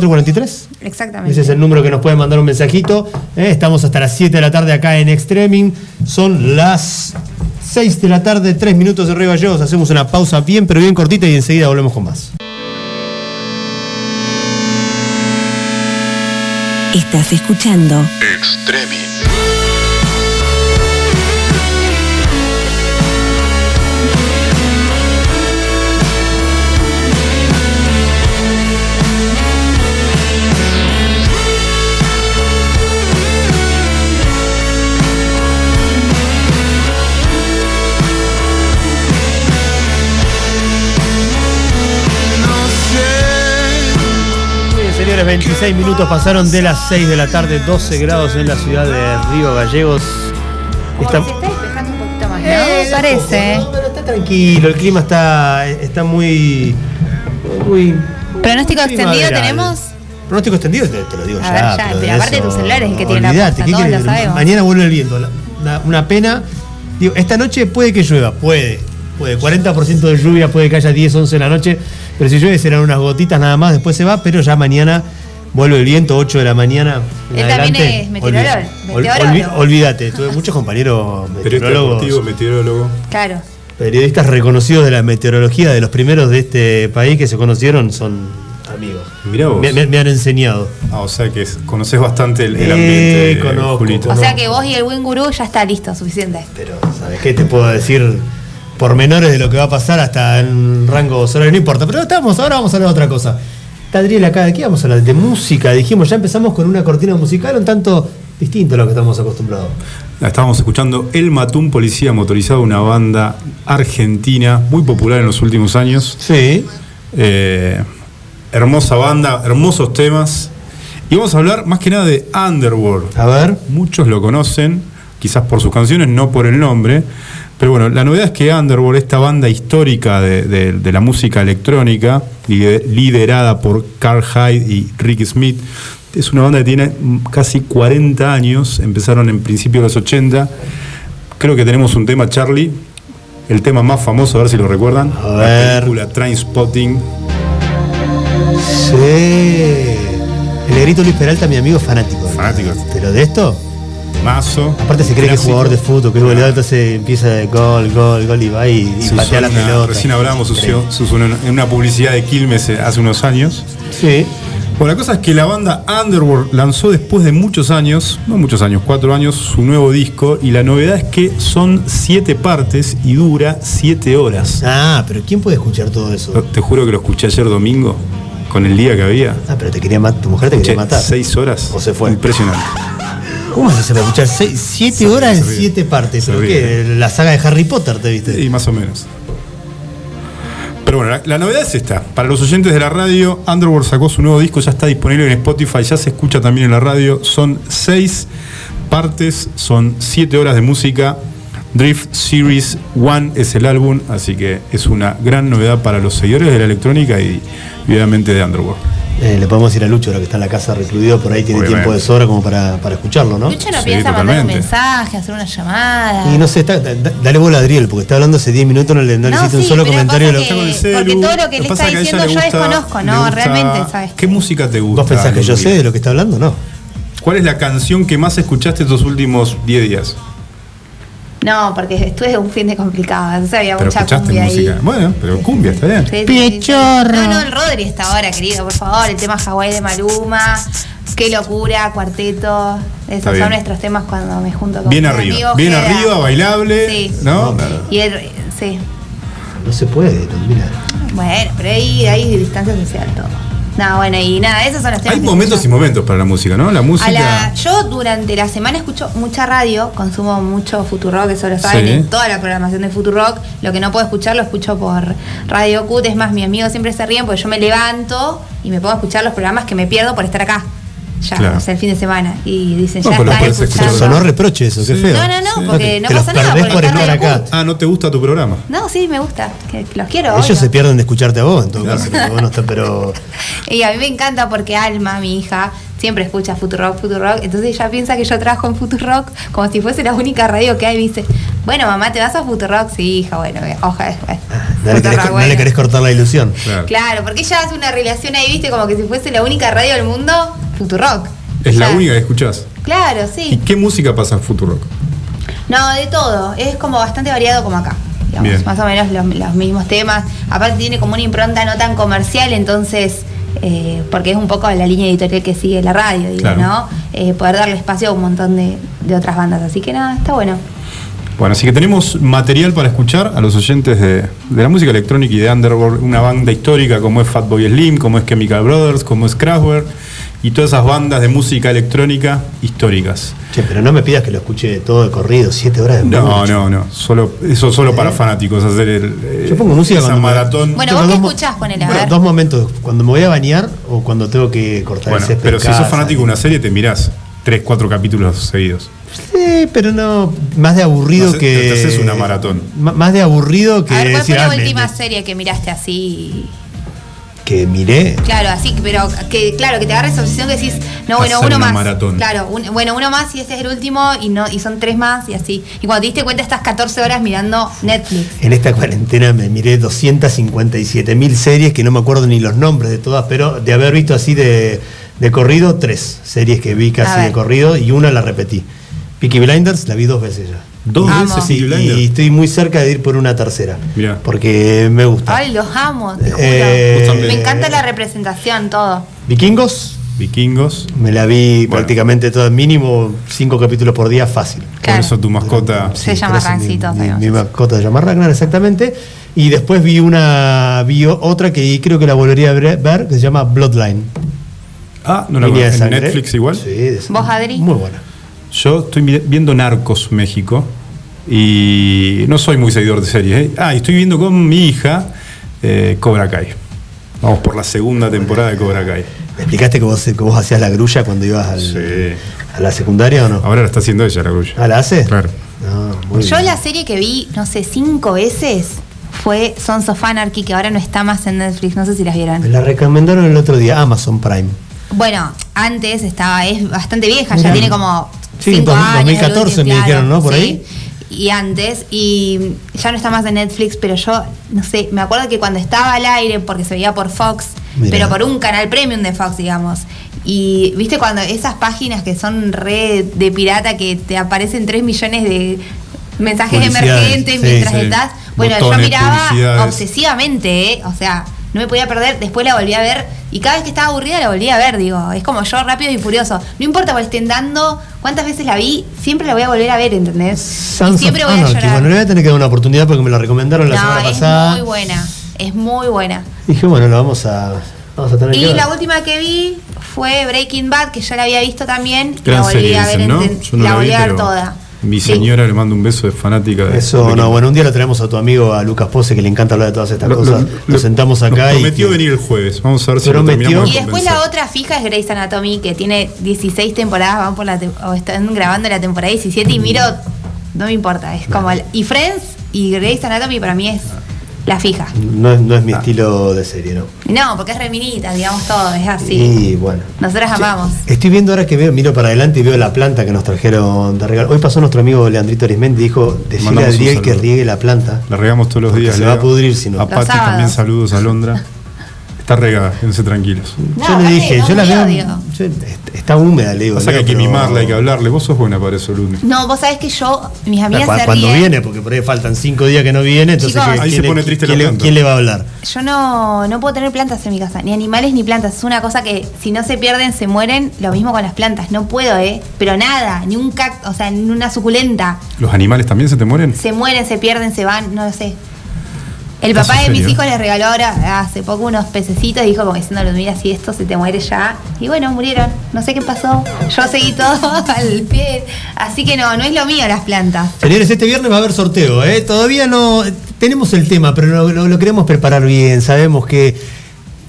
Speaker 3: 3443.
Speaker 4: Exactamente.
Speaker 3: Ese es el número que nos pueden mandar un mensajito. Eh, Estamos hasta las 7 de la tarde acá en Extreming. Son las 6 de la tarde, 3 minutos de Rey Gallegos. Hacemos una pausa bien, pero bien cortita y enseguida volvemos con más.
Speaker 1: Estás escuchando
Speaker 2: Extremi.
Speaker 3: Muy bien, señores, 26 minutos pasaron de las 6 de la tarde, 12 grados en la ciudad de Río Gallegos.
Speaker 4: Como que
Speaker 3: Está-
Speaker 4: se está despejando un poquito más, ¿no?
Speaker 3: Eh,
Speaker 4: Parece.
Speaker 3: No, pero está tranquilo, el clima está, está muy, muy.
Speaker 4: ¿Pronóstico
Speaker 3: muy
Speaker 4: extendido
Speaker 3: primaveral.
Speaker 4: tenemos?
Speaker 3: Pronóstico extendido, te, te lo digo
Speaker 4: A
Speaker 3: ya.
Speaker 4: ver, ya,
Speaker 3: pero
Speaker 4: pero
Speaker 3: de
Speaker 4: aparte
Speaker 3: eso-
Speaker 4: tu celular es el que tiene la
Speaker 3: olvidate,
Speaker 4: posta,
Speaker 3: ¿qué
Speaker 4: todos
Speaker 3: querés?
Speaker 4: lo sabemos.
Speaker 3: Mañana vuelve el viento, la- una, una pena. Digo, esta noche puede que llueva, puede. Puede, 40% de lluvia, puede que haya 10, 11 de la noche, pero si llueve serán unas gotitas nada más, después se va, pero ya mañana vuelve el viento, 8 de la mañana. en
Speaker 4: Él también
Speaker 3: adelante,
Speaker 4: es meteorólogo,
Speaker 3: olvi- ol-
Speaker 4: meteorólogo.
Speaker 3: olvi- Olvídate, tuve muchos compañeros
Speaker 5: Periodista
Speaker 3: meteorólogos
Speaker 5: este deportivo, meteorólogo.
Speaker 4: Claro.
Speaker 3: periodistas reconocidos de la meteorología, de los primeros de este país que se conocieron, son amigos.
Speaker 5: Mirá vos.
Speaker 3: Me, me- me han enseñado.
Speaker 5: Ah, o sea que es- conoces bastante el, el
Speaker 3: Eh,
Speaker 5: ambiente, eh,
Speaker 3: conozco.
Speaker 5: Julito.
Speaker 4: O sea que vos y el buen gurú ya está listo, suficiente.
Speaker 3: Pero, ¿sabes qué? Te puedo decir pormenores de lo que va a pasar hasta en rango horario, no importa. Pero estamos, ahora vamos a hablar de otra cosa. Está Adriel acá, ¿de qué vamos a hablar? De música, dijimos, ya empezamos con una cortina musical un tanto distinto a lo que estamos acostumbrados.
Speaker 5: La Estábamos escuchando El Matún Policía Motorizado, una banda argentina muy popular en los últimos años.
Speaker 3: Sí.
Speaker 5: Eh, hermosa banda, hermosos temas. Y vamos a hablar más que nada de Underworld.
Speaker 3: A ver.
Speaker 5: Muchos lo conocen, quizás por sus canciones, no por el nombre. Pero bueno, la novedad es que Underworld, esta banda histórica de, de- de la música electrónica, lider- liderada por Carl Hyde y Rick Smith, es una banda que tiene mm, casi 40 años, empezaron en principio de los 80. Creo que tenemos un tema, Charlie, el tema más famoso, a ver si lo recuerdan.
Speaker 3: A ver.
Speaker 5: La película Trainspotting.
Speaker 3: Sí. El negrito Luis Peralta, mi amigo fanático.
Speaker 5: Fanático.
Speaker 3: Pero de esto,
Speaker 5: Mazo.
Speaker 3: Aparte se cree que es
Speaker 5: Clásico.
Speaker 3: jugador de fútbol, que es goleador, entonces empieza de gol, gol, gol y va y, y
Speaker 5: Susana,
Speaker 3: patea la pelota.
Speaker 5: Recién hablábamos Susu-
Speaker 3: Increíble.
Speaker 5: Susu, en una publicidad de Quilmes eh, hace unos años.
Speaker 3: Sí.
Speaker 5: Bueno, la cosa es que la banda Underworld lanzó después de muchos años, no muchos años, cuatro años, su nuevo disco y la novedad es que son siete partes y dura siete horas.
Speaker 3: Ah, pero ¿quién puede escuchar todo eso?
Speaker 5: Te juro que lo escuché ayer domingo, con el día que había.
Speaker 3: Ah, pero te quería matar, tu mujer te quería
Speaker 5: Escuché
Speaker 3: matar.
Speaker 5: seis horas.
Speaker 3: O se fue.
Speaker 5: Impresionante.
Speaker 3: ¿Cómo se para escuchar seis, siete horas en
Speaker 5: se ríe.
Speaker 3: siete partes?
Speaker 5: Se
Speaker 3: ¿Pero
Speaker 5: ríe.
Speaker 3: qué? La saga de Harry Potter, ¿te viste?
Speaker 5: Y más o menos. Pero bueno, la, la novedad es esta. Para los oyentes de la radio, Underworld sacó su nuevo disco, ya está disponible en Spotify, ya se escucha también en la radio. Son seis partes, son siete horas de música. Drift Series 1 es el álbum, así que es una gran novedad para los seguidores de la electrónica y, y obviamente de Underworld.
Speaker 3: Eh, le podemos ir a Lucho, ahora que está en la casa recluido, por ahí tiene
Speaker 5: Obviamente.
Speaker 3: tiempo de sobra como para, para escucharlo, ¿no?
Speaker 4: Lucho no
Speaker 5: Sí,
Speaker 4: piensa mandar un
Speaker 5: totalmente.
Speaker 4: mensaje, hacer una llamada.
Speaker 3: Y no sé, está- da- dale bola a Adriel, porque está hablando hace 10 minutos, no le, no le
Speaker 4: No,
Speaker 3: hiciste un
Speaker 4: sí,
Speaker 3: solo
Speaker 4: pero
Speaker 3: comentario.
Speaker 4: pasa
Speaker 3: de lo-
Speaker 4: que-
Speaker 5: Está con el
Speaker 4: porque
Speaker 5: celu,
Speaker 4: todo lo que él
Speaker 5: pasa
Speaker 4: está
Speaker 5: a ella
Speaker 4: diciendo
Speaker 5: le
Speaker 4: yo desconozco,
Speaker 5: le
Speaker 4: no, realmente, ¿sabes?
Speaker 5: ¿Qué música te gusta?
Speaker 3: ¿Vos pensás que yo
Speaker 5: Luli?
Speaker 3: sé de lo que está hablando? No.
Speaker 5: ¿Cuál es la canción que más escuchaste estos últimos 10 días?
Speaker 4: No, porque estuve un fin de complicado. Entonces había
Speaker 5: Pero
Speaker 4: mucha
Speaker 5: escuchaste
Speaker 4: cumbia
Speaker 5: música.
Speaker 4: ahí.
Speaker 5: Bueno, pero cumbia, está bien.
Speaker 4: Sí, sí, sí, sí. No, no, el Rodri está ahora, querido, por favor. El tema Hawái de Maluma. Qué locura, cuarteto.
Speaker 5: Está
Speaker 4: Esos
Speaker 5: bien.
Speaker 4: son nuestros temas cuando me junto con
Speaker 5: Bien
Speaker 4: mis
Speaker 5: arriba.
Speaker 4: amigos,
Speaker 5: Bien
Speaker 4: queda-
Speaker 5: arriba, bailable.
Speaker 4: Sí.
Speaker 5: ¿No?
Speaker 4: Y el- sí.
Speaker 3: No se puede, no, mira.
Speaker 4: Bueno, pero ahí hay distancia social todo. No, bueno, y nada, esos son los temas.
Speaker 5: Hay
Speaker 4: que
Speaker 5: momentos y
Speaker 4: escucho.
Speaker 5: momentos para la música, ¿no? La música.
Speaker 4: A la- yo durante la semana escucho mucha radio, consumo mucho Futurock, eso lo saben,
Speaker 5: Sí.
Speaker 4: en toda la programación de Futurock. Lo que no puedo escuchar lo escucho por Radio Cut. Es más, mis amigos siempre se ríen porque yo me levanto y me pongo a escuchar los programas que me pierdo por estar acá. Ya,
Speaker 5: Claro.
Speaker 4: o sea, el fin de semana. Y dicen,
Speaker 5: No,
Speaker 4: ya
Speaker 5: pero lo
Speaker 4: están
Speaker 5: puedes escuchar.
Speaker 4: escuchando.
Speaker 5: Claro.
Speaker 3: Sonó reproche eso, qué
Speaker 5: Sí.
Speaker 3: feo.
Speaker 4: No, no, no,
Speaker 5: Sí.
Speaker 4: porque
Speaker 3: Te
Speaker 4: no
Speaker 3: los
Speaker 4: pasa nada.
Speaker 3: perdés
Speaker 4: porque
Speaker 3: por
Speaker 4: está
Speaker 3: estar
Speaker 4: Radio
Speaker 3: acá.
Speaker 4: Cut.
Speaker 5: Ah, no te gusta tu programa.
Speaker 4: No, sí, me gusta. Que, que los quiero. obvio.
Speaker 3: Ellos se pierden de escucharte a vos, en todo caso, porque vos no estás, pero.
Speaker 4: Y a mí me encanta porque Alma, mi hija, siempre escucha Futurock, Futurock. Entonces ella piensa que yo trabajo en Futurock como si fuese la única radio que hay. Y me dice, bueno, mamá, ¿te vas a Futurock? Sí, hija, bueno, ojalá. bueno.
Speaker 3: No le, querés, no
Speaker 4: Futurock,
Speaker 3: le
Speaker 4: bueno.
Speaker 3: querés cortar la ilusión.
Speaker 5: Claro.
Speaker 4: Claro, porque ella hace una relación ahí, viste, como que si fuese la única radio del mundo, Futurock.
Speaker 5: Es la
Speaker 4: Claro.
Speaker 5: única que escuchás.
Speaker 4: Claro,
Speaker 5: ¿Y
Speaker 4: sí.
Speaker 5: qué música pasa en Futurock?
Speaker 4: No, de todo. Es como bastante variado como acá. digamos,
Speaker 5: Bien.
Speaker 4: más o menos los, los mismos temas. Aparte tiene como una impronta no tan comercial, entonces eh, porque es un poco la línea editorial que sigue la radio, digo,
Speaker 5: Claro.
Speaker 4: ¿no? Eh, poder darle espacio a un montón de, de otras bandas. Así que nada, está bueno.
Speaker 5: Bueno, así que tenemos material para escuchar a los oyentes de, de la música electrónica y de Underworld, una banda histórica como es Fatboy Slim, como es Chemical Brothers, como es Kraftwerk y todas esas bandas de música electrónica históricas.
Speaker 3: Che, pero no me pidas que lo escuche todo de corrido, siete horas de
Speaker 5: No,
Speaker 3: mucho.
Speaker 5: no, no, solo eso solo para fanáticos hacer el eh,
Speaker 3: ¿Eh? Yo pongo música
Speaker 5: esa
Speaker 3: cuando me-
Speaker 5: maratón.
Speaker 4: Bueno,
Speaker 3: Tengo
Speaker 4: vos
Speaker 3: dos
Speaker 4: qué
Speaker 3: mo-
Speaker 4: escuchás, ponele, a
Speaker 3: bueno,
Speaker 4: ver.
Speaker 3: dos momentos, cuando me voy a bañar o cuando tengo que cortar
Speaker 5: Bueno,
Speaker 3: el césped.
Speaker 5: pero
Speaker 3: en
Speaker 5: si sos
Speaker 3: casa.
Speaker 5: fanático de una serie te mirás tres, cuatro capítulos seguidos.
Speaker 3: Sí, pero no, más de aburrido
Speaker 5: No sé,
Speaker 3: que...
Speaker 5: te haces una maratón.
Speaker 3: Ma- Más de aburrido que...
Speaker 4: a ver, ¿cuál fue
Speaker 3: decir,
Speaker 4: la
Speaker 3: ah, me-
Speaker 4: última
Speaker 3: me-
Speaker 4: serie que miraste así?
Speaker 3: Que miré.
Speaker 4: Claro, así, pero que claro, que te agarres obsesión que decís, no, bueno,
Speaker 5: Hacer
Speaker 4: uno
Speaker 5: una
Speaker 4: más.
Speaker 5: maratón.
Speaker 4: Claro, un- bueno, uno más y este es el último y no y son tres más y así. Y cuando te diste cuenta estás 14 horas mirando Netflix.
Speaker 3: En esta cuarentena me miré 257 mil series que no me acuerdo ni los nombres de todas, pero de haber visto así de, de corrido, tres series que vi
Speaker 4: A
Speaker 3: casi
Speaker 4: ver.
Speaker 3: de corrido y una la repetí. Peaky Blinders la vi dos veces ya.
Speaker 5: Dos
Speaker 4: Amo.
Speaker 5: veces
Speaker 4: veces
Speaker 3: Sí,
Speaker 5: Peaky Blinders.
Speaker 3: y estoy muy cerca de ir por una tercera.
Speaker 5: Mirá.
Speaker 3: Porque me gusta.
Speaker 4: Ay, los amo, te juro.
Speaker 3: Eh,
Speaker 5: Justamente.
Speaker 4: Me encanta la representación, todo.
Speaker 3: Vikingos,
Speaker 5: Vikingos.
Speaker 3: me la vi
Speaker 5: Bueno.
Speaker 3: prácticamente toda, mínimo cinco capítulos por día, fácil.
Speaker 4: Claro.
Speaker 5: Por eso tu mascota
Speaker 4: Se llama
Speaker 3: por eso mi-
Speaker 4: Rancito,
Speaker 3: Mi,
Speaker 4: sabemos
Speaker 3: mi
Speaker 4: eso.
Speaker 3: mascota se llama Ragnar, exactamente. Y después vi una, vi otra que creo que la volvería a ver, ver, que se llama Bloodline.
Speaker 5: Ah, no la
Speaker 3: Línea de
Speaker 5: conozco. ¿En
Speaker 3: sangre.
Speaker 5: Netflix igual.
Speaker 3: Sí, es-
Speaker 4: ¿Vos, Adri?
Speaker 3: Muy buena.
Speaker 5: Yo estoy vi- viendo Narcos México y no soy muy seguidor de series. ¿eh? Ah, y estoy viendo con mi hija eh, Cobra Kai. Vamos por la segunda temporada de Cobra Kai.
Speaker 3: ¿Me explicaste que vos, que vos hacías la grulla cuando ibas al-
Speaker 5: Sí.
Speaker 3: a la secundaria o no?
Speaker 5: Ahora la está haciendo ella la grulla.
Speaker 3: ¿Ah, la haces?
Speaker 5: Claro.
Speaker 3: No, muy
Speaker 4: Yo
Speaker 3: bien.
Speaker 4: la serie que vi, no sé, cinco veces fue Sons of Anarchy, que ahora no está más en Netflix, no sé si las
Speaker 3: Me
Speaker 4: vieron.
Speaker 3: la recomendaron el otro día, Amazon Prime.
Speaker 4: Bueno, antes estaba, es bastante vieja,
Speaker 3: Mirá.
Speaker 4: ya tiene como
Speaker 3: Sí,
Speaker 4: cinco
Speaker 3: dos-
Speaker 4: años.
Speaker 3: 2014 me dijeron, ¿no? Por
Speaker 4: sí.
Speaker 3: ahí.
Speaker 4: Y antes, y ya no está más en Netflix, pero yo, no sé, me acuerdo que cuando estaba al aire, porque se veía por Fox,
Speaker 3: Mirá.
Speaker 4: pero por un canal premium de Fox, digamos. Y viste cuando esas páginas que son re de pirata, que te aparecen 3 millones de mensajes
Speaker 3: Publicidades,
Speaker 4: emergentes
Speaker 3: sí,
Speaker 4: mientras
Speaker 5: sí.
Speaker 4: estás. Bueno, yo
Speaker 5: Botones,
Speaker 4: miraba
Speaker 5: publicidades.
Speaker 4: obsesivamente, ¿eh? o sea, no me podía perder. Después la volví a ver y cada vez que estaba aburrida la volví a ver, digo. Es como yo, rápido y furioso. No importa cuál estén dando, cuántas veces la vi, siempre la voy a volver a ver, ¿entendés?
Speaker 3: Sons
Speaker 4: y siempre
Speaker 3: of
Speaker 4: voy a
Speaker 3: Anarchy.
Speaker 4: llorar.
Speaker 3: Bueno, le voy a tener que dar una oportunidad porque me la recomendaron la semana
Speaker 4: no, es
Speaker 3: pasada.
Speaker 4: muy buena, es muy buena.
Speaker 3: Dije, bueno, la vamos a, vamos a tener que
Speaker 4: Y
Speaker 3: ver.
Speaker 4: la última que vi fue Breaking Bad, que ya la había visto también.
Speaker 5: Gran
Speaker 4: la volví
Speaker 5: serie,
Speaker 4: a ver,
Speaker 5: dicen, ¿no?
Speaker 4: enten-
Speaker 5: Yo no
Speaker 4: la,
Speaker 5: la
Speaker 4: volví
Speaker 5: vi,
Speaker 4: a ver
Speaker 5: pero
Speaker 4: toda.
Speaker 5: Mi
Speaker 4: Sí.
Speaker 5: señora le mando un beso de fanática. de-
Speaker 3: Eso,
Speaker 5: de
Speaker 3: no,
Speaker 5: Kim.
Speaker 3: bueno, un día lo traemos a tu amigo, a Lucas Pose, que le encanta hablar de todas estas
Speaker 5: Lo- lo-
Speaker 3: cosas.
Speaker 5: lo-
Speaker 3: Nos sentamos acá
Speaker 5: nos
Speaker 3: y...
Speaker 5: prometió venir el jueves. Vamos a ver si lo
Speaker 3: Prometió.
Speaker 5: terminamos de
Speaker 4: Y después
Speaker 5: convencer.
Speaker 4: la otra fija es Grey's Anatomy, que tiene 16 temporadas, van por la tem- o están grabando la temporada 17 y miro, no me importa, es como el- y Friends y Grey's Anatomy para mí es la fija.
Speaker 3: No es, no es mi
Speaker 5: Ah.
Speaker 3: estilo de serie, ¿no?
Speaker 4: No, porque es reminita, digamos todo, es así.
Speaker 3: Y bueno.
Speaker 4: Nosotras amamos.
Speaker 3: Estoy viendo ahora que veo, miro para adelante y veo la planta que nos trajeron de regalo. Hoy pasó nuestro amigo Leandrito Arismendi y dijo, decirle
Speaker 5: Mandamos
Speaker 3: a
Speaker 5: un
Speaker 3: Ariel que
Speaker 5: saludo.
Speaker 3: riegue la planta.
Speaker 5: La regamos todos los
Speaker 3: Porque
Speaker 5: días.
Speaker 3: se
Speaker 5: Lea.
Speaker 3: va a pudrir si no.
Speaker 5: A
Speaker 3: Los
Speaker 5: Pati
Speaker 4: sábados.
Speaker 5: también saludos a Londra. Está regada, quédense tranquilos.
Speaker 4: No,
Speaker 3: yo le
Speaker 4: aparte,
Speaker 3: dije,
Speaker 4: no
Speaker 3: yo la
Speaker 4: muy
Speaker 3: veo...
Speaker 4: odio.
Speaker 3: yo- est- está húmeda, le digo.
Speaker 5: Pasa que
Speaker 3: Leo,
Speaker 5: hay que
Speaker 3: pero-
Speaker 5: mimarla, hay que hablarle. Vos sos buena para eso, Luni.
Speaker 4: No, vos sabés que yo, mis
Speaker 3: Ah,
Speaker 4: amigas
Speaker 3: cua-
Speaker 4: se
Speaker 3: cuando
Speaker 4: ríen.
Speaker 3: viene, porque por ahí faltan cinco días que no viene, entonces
Speaker 4: Chicos.
Speaker 3: ¿quién
Speaker 5: Ahí se
Speaker 3: le-
Speaker 5: pone triste
Speaker 3: quién
Speaker 5: la
Speaker 3: le-
Speaker 5: planta.
Speaker 3: ¿Quién le va a hablar?
Speaker 4: Yo no, no puedo tener plantas en mi casa, ni animales ni plantas. Es una cosa que si no se pierden, se mueren. Lo mismo con las plantas, no puedo, ¿eh? Pero nada, ni un cacto, o sea, ni una suculenta.
Speaker 5: ¿Los animales también se te mueren?
Speaker 4: Se mueren, se pierden, se van, no lo sé. El
Speaker 5: ¿Estás
Speaker 4: papá de
Speaker 5: en
Speaker 4: mis
Speaker 5: serio?
Speaker 4: hijos les regaló ahora hace poco unos pececitos y dijo como diciéndolo, mira si esto se te muere ya. Y bueno, murieron. No sé qué pasó. Yo seguí todo al pie. Así que no, no es lo mío las plantas.
Speaker 3: Señores, este viernes va a haber sorteo, ¿eh? Todavía no tenemos el tema, pero lo, lo- lo queremos preparar bien. Sabemos que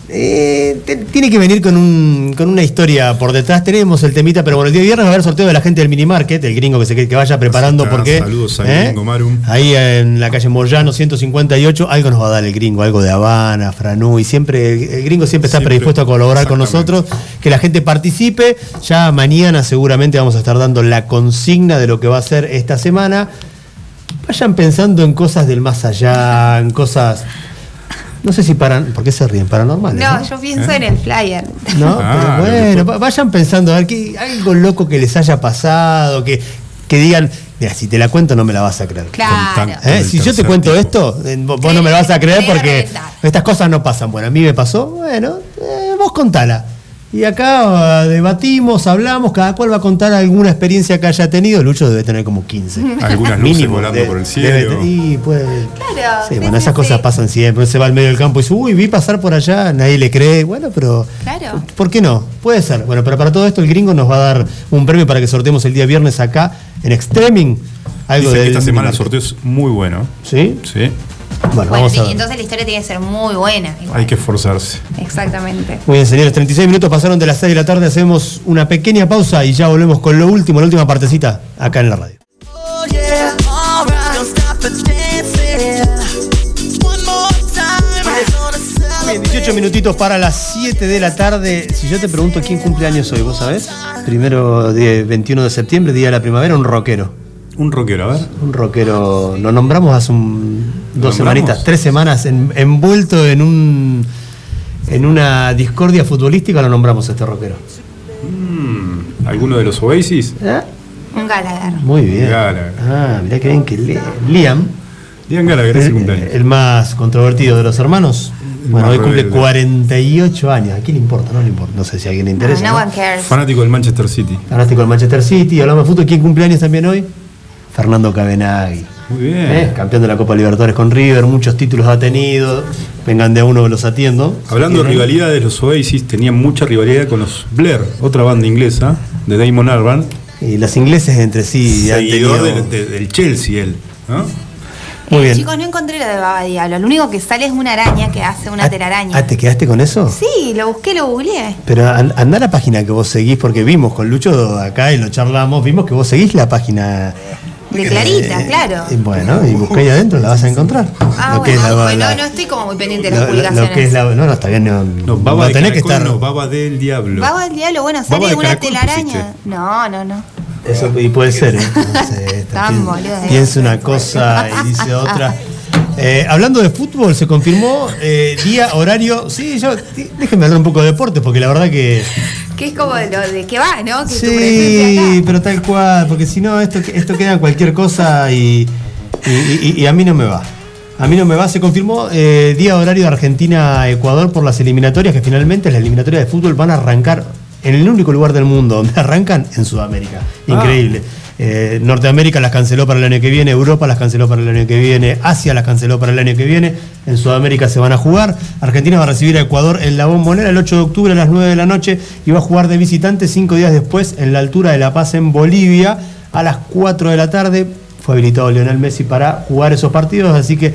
Speaker 3: eh, te- tiene que venir con, un- con una historia por detrás. Tenemos el temita, pero bueno, el día viernes va a haber sorteo de la gente del minimarket, el gringo que se que- que vaya preparando
Speaker 5: Así está,
Speaker 3: porque ¿eh?
Speaker 5: saludos al gringo Marum.
Speaker 3: ahí en la calle Moyano 158 algo nos va a dar el gringo, algo de Habana, Franú y siempre el, el gringo siempre está
Speaker 5: Siempre,
Speaker 3: predispuesto a colaborar con
Speaker 5: exactamente.
Speaker 3: nosotros que la gente participe. Ya mañana seguramente vamos a estar dando la consigna de lo que va a ser esta semana. Vayan pensando en cosas del más allá, en cosas. No sé si para. ¿Por qué se ríen? Paranormales.
Speaker 4: No,
Speaker 3: No,
Speaker 4: yo pienso
Speaker 5: ¿Eh?
Speaker 4: en el flyer.
Speaker 3: No,
Speaker 5: Ah,
Speaker 3: pero
Speaker 5: lo que
Speaker 3: bueno,
Speaker 5: po-
Speaker 3: va- vayan pensando, a ver, que, algo loco que les haya pasado, que, que digan, mira, si te la cuento no me la vas a creer.
Speaker 4: Claro.
Speaker 5: Contacto.
Speaker 3: ¿Eh? Si yo te
Speaker 5: Tercer
Speaker 3: cuento
Speaker 5: tipo.
Speaker 3: esto, eh, vos vos
Speaker 4: Sí,
Speaker 3: no me lo vas a creer
Speaker 4: te voy a
Speaker 3: porque
Speaker 4: reventar.
Speaker 3: estas cosas no pasan. Bueno, a mí me pasó, bueno, eh, vos contala. Y acá ah, debatimos, hablamos, cada cual va a contar alguna experiencia que haya tenido. Lucho debe tener como 15.
Speaker 5: Algunas luces volando
Speaker 3: de-
Speaker 5: por
Speaker 3: debe
Speaker 5: el cielo.
Speaker 3: te- y puede-
Speaker 4: Claro,
Speaker 3: Sí,
Speaker 4: sí,
Speaker 3: bueno,
Speaker 4: sí,
Speaker 3: esas cosas
Speaker 4: sí.
Speaker 3: pasan siempre. Uno se va al medio del campo y dice, uy, vi pasar por allá, nadie le cree. Bueno, pero.
Speaker 4: Claro.
Speaker 3: ¿Por qué no? Puede ser. Bueno, pero para todo esto, el gringo nos va a dar un premio para que sorteemos el día viernes acá en Extreming. Algo
Speaker 5: Dicen que
Speaker 3: del
Speaker 5: esta semana el
Speaker 3: minimarket.
Speaker 5: sorteo es muy bueno.
Speaker 3: ¿Sí?
Speaker 5: Sí,
Speaker 3: Bueno,
Speaker 4: Bueno,
Speaker 3: vamos
Speaker 4: sí,
Speaker 3: a ver.
Speaker 4: entonces la historia tiene que ser muy buena. igual.
Speaker 5: hay que esforzarse.
Speaker 4: Exactamente.
Speaker 3: Muy bien, señores, 36 minutos pasaron de las 6 de la tarde, hacemos una pequeña pausa y ya volvemos con lo último, la última partecita acá en la radio.
Speaker 1: Oh yeah, alright, don't stop the dancing. One more time, we're gonna
Speaker 3: Muy bien,
Speaker 1: celebrate.
Speaker 3: 18 minutitos para las 7 de la tarde. Si yo te pregunto quién cumple años hoy, ¿vos sabés? Primero de 21 de septiembre, día de la primavera, un rockero.
Speaker 5: Un rockero, a ver.
Speaker 3: Un rockero, lo nombramos hace un- dos
Speaker 5: ¿Nombramos?
Speaker 3: semanitas, tres semanas, en- envuelto en un en una discordia futbolística, lo nombramos a este rockero.
Speaker 5: ¿Alguno de los Oasis?
Speaker 3: ¿Eh?
Speaker 4: Un Gallagher.
Speaker 3: Muy bien.
Speaker 5: Gallagher.
Speaker 3: Ah, mirá que bien que le- Liam.
Speaker 5: Digan Gallagher, es su
Speaker 3: El,
Speaker 5: cumpleaños.
Speaker 3: Eh, el más controvertido de los hermanos.
Speaker 5: El
Speaker 3: Bueno,
Speaker 5: más
Speaker 3: hoy cumple
Speaker 5: rebelde.
Speaker 3: 48 años. ¿A quién le importa? No le importa. No sé si a alguien le interesa.
Speaker 4: no,
Speaker 3: ¿no?
Speaker 4: no one cares.
Speaker 5: Fanático del Manchester City.
Speaker 3: Fanático del Manchester City. Hablamos de fútbol. ¿Quién cumple años también hoy? Fernando Cabenagui.
Speaker 5: Muy bien.
Speaker 3: ¿eh? Campeón de la Copa Libertadores con River. Muchos títulos ha tenido. Vengan de a uno que los atiendo. Eh,
Speaker 5: Hablando de
Speaker 3: ¿Quieren?
Speaker 5: rivalidades, los Oasis tenían mucha rivalidad con los Blair, otra banda inglesa de Damon Albarn,
Speaker 3: Y los ingleses entre sí. han
Speaker 5: seguidor
Speaker 3: tenido-
Speaker 5: del, del- del Chelsea él. ¿no?
Speaker 3: Muy bien.
Speaker 4: Eh, Chicos, no encontré lo de Baba Diablo. Lo único que sale es una araña que hace una
Speaker 3: Ah,
Speaker 4: telaraña.
Speaker 3: Ah, ¿te quedaste con eso?
Speaker 4: Sí, lo busqué, lo googleé.
Speaker 3: Pero an- andá a la página que vos seguís, porque vimos con Lucho acá y lo charlamos, vimos que vos seguís la página.
Speaker 4: De Clarita,
Speaker 3: Eh,
Speaker 4: claro.
Speaker 3: y bueno, y busqué ahí adentro, la vas a encontrar.
Speaker 4: Ah,
Speaker 3: Lo que es
Speaker 4: bueno,
Speaker 3: la-
Speaker 4: bueno,
Speaker 3: la-
Speaker 4: no estoy como muy pendiente de las
Speaker 3: lo- lo-
Speaker 4: publicaciones.
Speaker 3: lo que es la- No, no, está bien. No,
Speaker 5: No, Baba
Speaker 3: no
Speaker 5: de
Speaker 3: tenés que
Speaker 5: Caracol,
Speaker 3: estar.
Speaker 5: no, Baba del Diablo.
Speaker 4: Baba del diablo, bueno,
Speaker 5: Baba
Speaker 4: sale
Speaker 5: de
Speaker 4: una
Speaker 5: caracol
Speaker 4: telaraña.
Speaker 5: pusiste.
Speaker 4: No, no, no.
Speaker 3: Eso, y puede ser, ¿eh? No sé, esto,
Speaker 4: Tan
Speaker 3: pien-
Speaker 4: boludo. eh.
Speaker 3: Piensa una cosa y dice otra. Eh, hablando de fútbol, se confirmó eh, día, horario. Sí, yo. dí- Déjenme hablar un poco de deporte, porque la verdad que.
Speaker 4: Que es como lo de que va, ¿no? Que tu
Speaker 3: Sí,
Speaker 4: presencia acá.
Speaker 3: pero tal cual, porque si no, esto, esto queda en cualquier cosa y, y- y- y a mí no me va. A mí no me va, se confirmó eh, día horario de Argentina-Ecuador por las eliminatorias, que finalmente las eliminatorias de fútbol van a arrancar en el único lugar del mundo donde arrancan, en Sudamérica. Increíble. Eh, Norteamérica las canceló para el año que viene, Europa las canceló para el año que viene, Asia las canceló para el año que viene, en Sudamérica se van a jugar, Argentina va a recibir a Ecuador en la bombonera el 8 de octubre a las 9 de la noche y va a jugar de visitante cinco días después en la altura de La Paz en Bolivia a las 4 de la tarde. Fue habilitado Lionel Messi para jugar esos partidos, así que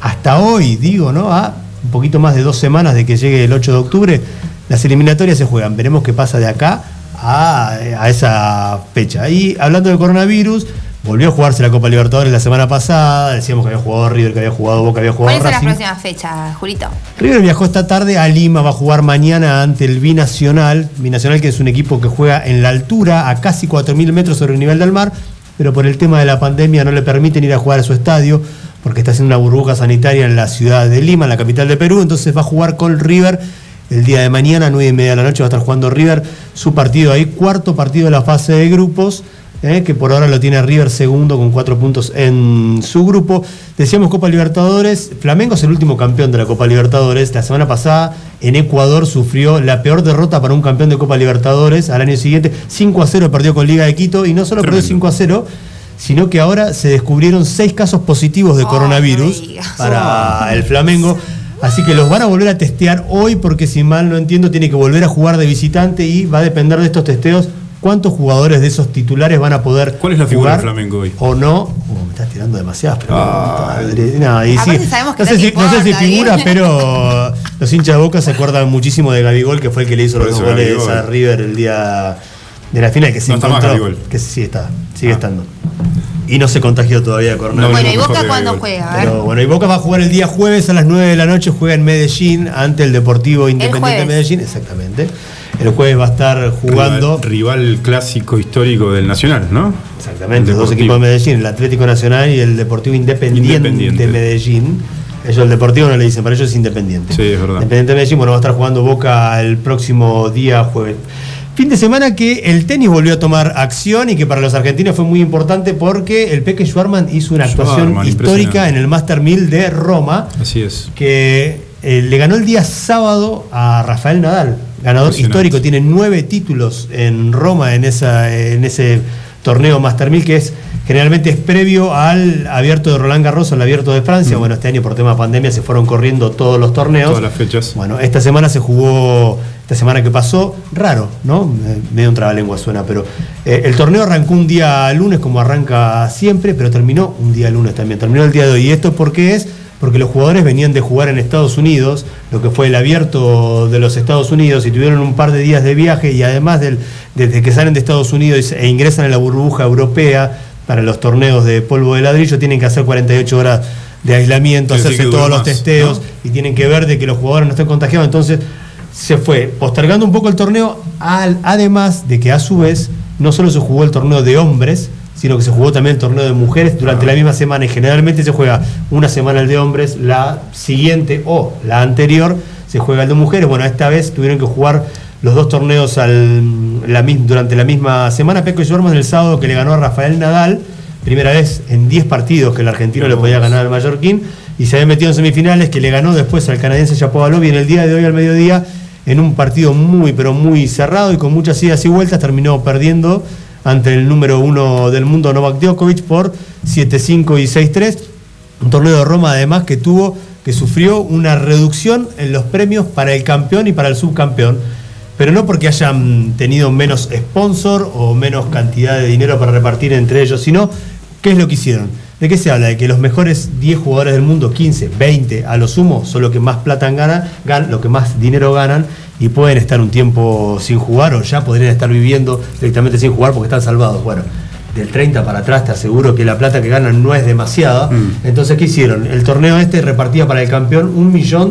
Speaker 3: hasta hoy, digo, ¿no? A un poquito más de dos semanas de que llegue el 8 de octubre, las eliminatorias se juegan. Veremos qué pasa de acá a, a esa fecha. Y hablando del coronavirus, volvió a jugarse la Copa Libertadores la semana pasada. Decíamos que había jugado River, que había jugado Boca, había jugado
Speaker 4: ¿Cuáles son las
Speaker 3: Racing.
Speaker 4: próximas fechas, Julito?
Speaker 3: River viajó esta tarde a Lima, va a jugar mañana ante el Binacional. Binacional que es un equipo que juega en la altura, a casi 4.000 metros sobre el nivel del mar, pero por el tema de la pandemia no le permiten ir a jugar a su estadio porque está haciendo una burbuja sanitaria en la ciudad de Lima, en la capital de Perú. Entonces va a jugar con River el día de mañana, 9 y media de la noche, va a estar jugando River su partido ahí, cuarto partido de la fase de grupos. eh, que por ahora lo tiene River segundo con cuatro puntos en su grupo. Decíamos Copa Libertadores, Flamengo es el último campeón de la Copa Libertadores. La semana pasada en Ecuador sufrió la peor derrota para un campeón de Copa Libertadores al año siguiente. 5 a 0 perdió con Liga de Quito y no solo perdió
Speaker 5: Tremendo.
Speaker 3: 5 a 0, sino que ahora se descubrieron seis casos positivos de
Speaker 4: Ay,
Speaker 3: coronavirus
Speaker 4: no digas.
Speaker 3: para el Flamengo. Así que los van a volver a testear hoy porque si mal no entiendo tiene que volver a jugar de visitante y va a depender de estos testeos cuántos jugadores de esos titulares van a poder
Speaker 5: ¿Cuál es la figura
Speaker 3: jugar
Speaker 5: del Flamengo hoy? Ah.
Speaker 3: O no. Oh, me estás tirando demasiadas preguntas.
Speaker 5: Ay.
Speaker 3: Adri- no, y
Speaker 4: Aparte
Speaker 3: sí,
Speaker 4: sabemos que
Speaker 3: no,
Speaker 4: no
Speaker 3: sé
Speaker 4: te
Speaker 3: si, no sé si
Speaker 4: importa,
Speaker 3: figura,
Speaker 4: ¿eh?
Speaker 3: pero los hinchas de Boca se acuerdan muchísimo de Gabigol que fue el que le hizo
Speaker 5: Por
Speaker 3: los dos
Speaker 5: eso
Speaker 3: goles
Speaker 5: Gabigol.
Speaker 3: a River el día de la final que se
Speaker 5: No está más
Speaker 3: encontró-
Speaker 5: Gabigol.
Speaker 3: que sí está, sigue
Speaker 5: Ah.
Speaker 3: estando. Y no se contagió todavía de coronavirus.
Speaker 5: No,
Speaker 4: bueno, ¿y
Speaker 5: mejor
Speaker 4: Boca
Speaker 5: de
Speaker 4: cuándo
Speaker 5: gol.
Speaker 4: juega? A ver.
Speaker 3: Pero bueno, y Boca va a jugar el día jueves a las 9 de la noche, juega en Medellín ante el Deportivo Independiente de
Speaker 4: jueves.
Speaker 3: Medellín, exactamente. El jueves va a estar jugando
Speaker 5: Rival, rival clásico histórico del Nacional, ¿no?
Speaker 3: exactamente
Speaker 5: El
Speaker 3: los dos
Speaker 5: Deportivo.
Speaker 3: equipos de Medellín, el Atlético Nacional y el Deportivo Independiente,
Speaker 5: Independiente.
Speaker 3: de Medellín. Ellos el Deportivo no le dicen, para ellos es Independiente.
Speaker 5: Sí, es verdad.
Speaker 3: Independiente de Medellín, bueno, va a estar jugando Boca el próximo día jueves. Fin de semana que el tenis volvió a tomar acción y que para los argentinos fue muy importante porque el Peque Schwarman hizo una actuación
Speaker 5: Schwarman,
Speaker 3: histórica
Speaker 5: impresionante.
Speaker 3: en el Master 1000 de Roma
Speaker 5: Así es.
Speaker 3: que eh, le ganó el día sábado a Rafael Nadal. ganador
Speaker 5: Impresionante.
Speaker 3: histórico, tiene nueve títulos en Roma en, esa, en ese torneo Master 1000 que es generalmente es previo al abierto de Roland Garros, al abierto de Francia.
Speaker 5: Mm.
Speaker 3: Bueno, este año por tema de pandemia se fueron corriendo todos los torneos.
Speaker 5: Todas las fechas.
Speaker 3: Bueno, esta semana se jugó, esta semana que pasó, raro, ¿no? Eh, Medio un trabalengua suena, pero eh, el torneo arrancó un día lunes como arranca siempre, pero terminó un día lunes también, terminó el día de hoy. ¿Y esto por qué es? Porque los jugadores venían de jugar en Estados Unidos, lo que fue el abierto de los Estados Unidos, y tuvieron un par de días de viaje y además del, desde que salen de Estados Unidos e ingresan a la burbuja europea para los torneos de polvo de ladrillo, tienen que hacer 48 horas de aislamiento,
Speaker 5: Quiere decir
Speaker 3: hacerse
Speaker 5: que
Speaker 3: todos
Speaker 5: dura
Speaker 3: los
Speaker 5: más,
Speaker 3: testeos
Speaker 5: ¿no?
Speaker 3: y tienen que ver de que los jugadores no estén contagiados. Entonces se fue postergando un poco el torneo, al- además de que a su vez no solo se jugó el torneo de hombres, sino que se jugó también el torneo de mujeres durante la misma semana y generalmente se juega una semana el de hombres, la siguiente o la anterior se juega el de mujeres. Bueno, esta vez tuvieron que jugar los dos torneos al- la mis- durante la misma semana. Peco Yormas el sábado que le ganó a Rafael Nadal, primera vez en 10 partidos que el argentino le podía ganar al mallorquín y se había metido en semifinales que le ganó después al canadiense Shapovalov y en el día de hoy al mediodía en un partido muy pero muy cerrado y con muchas idas y vueltas terminó perdiendo ante el número uno del mundo Novak Djokovic por 7-5 y 6-3 un torneo de Roma además que tuvo que sufrió una reducción en los premios para el campeón y para el subcampeón pero no porque hayan tenido menos sponsor o menos cantidad de dinero para repartir entre ellos, sino qué es lo que hicieron. ¿De qué se habla? De que los mejores 10 jugadores del mundo, 15, 20 a lo sumo, son los que más plata ganan, gan- lo que más dinero ganan y pueden estar un tiempo sin jugar o ya podrían estar viviendo directamente sin jugar porque están salvados. Bueno, del 30 para atrás te aseguro que la plata que ganan no es demasiada.
Speaker 5: Mm.
Speaker 3: Entonces, ¿qué hicieron? El torneo este repartía para el campeón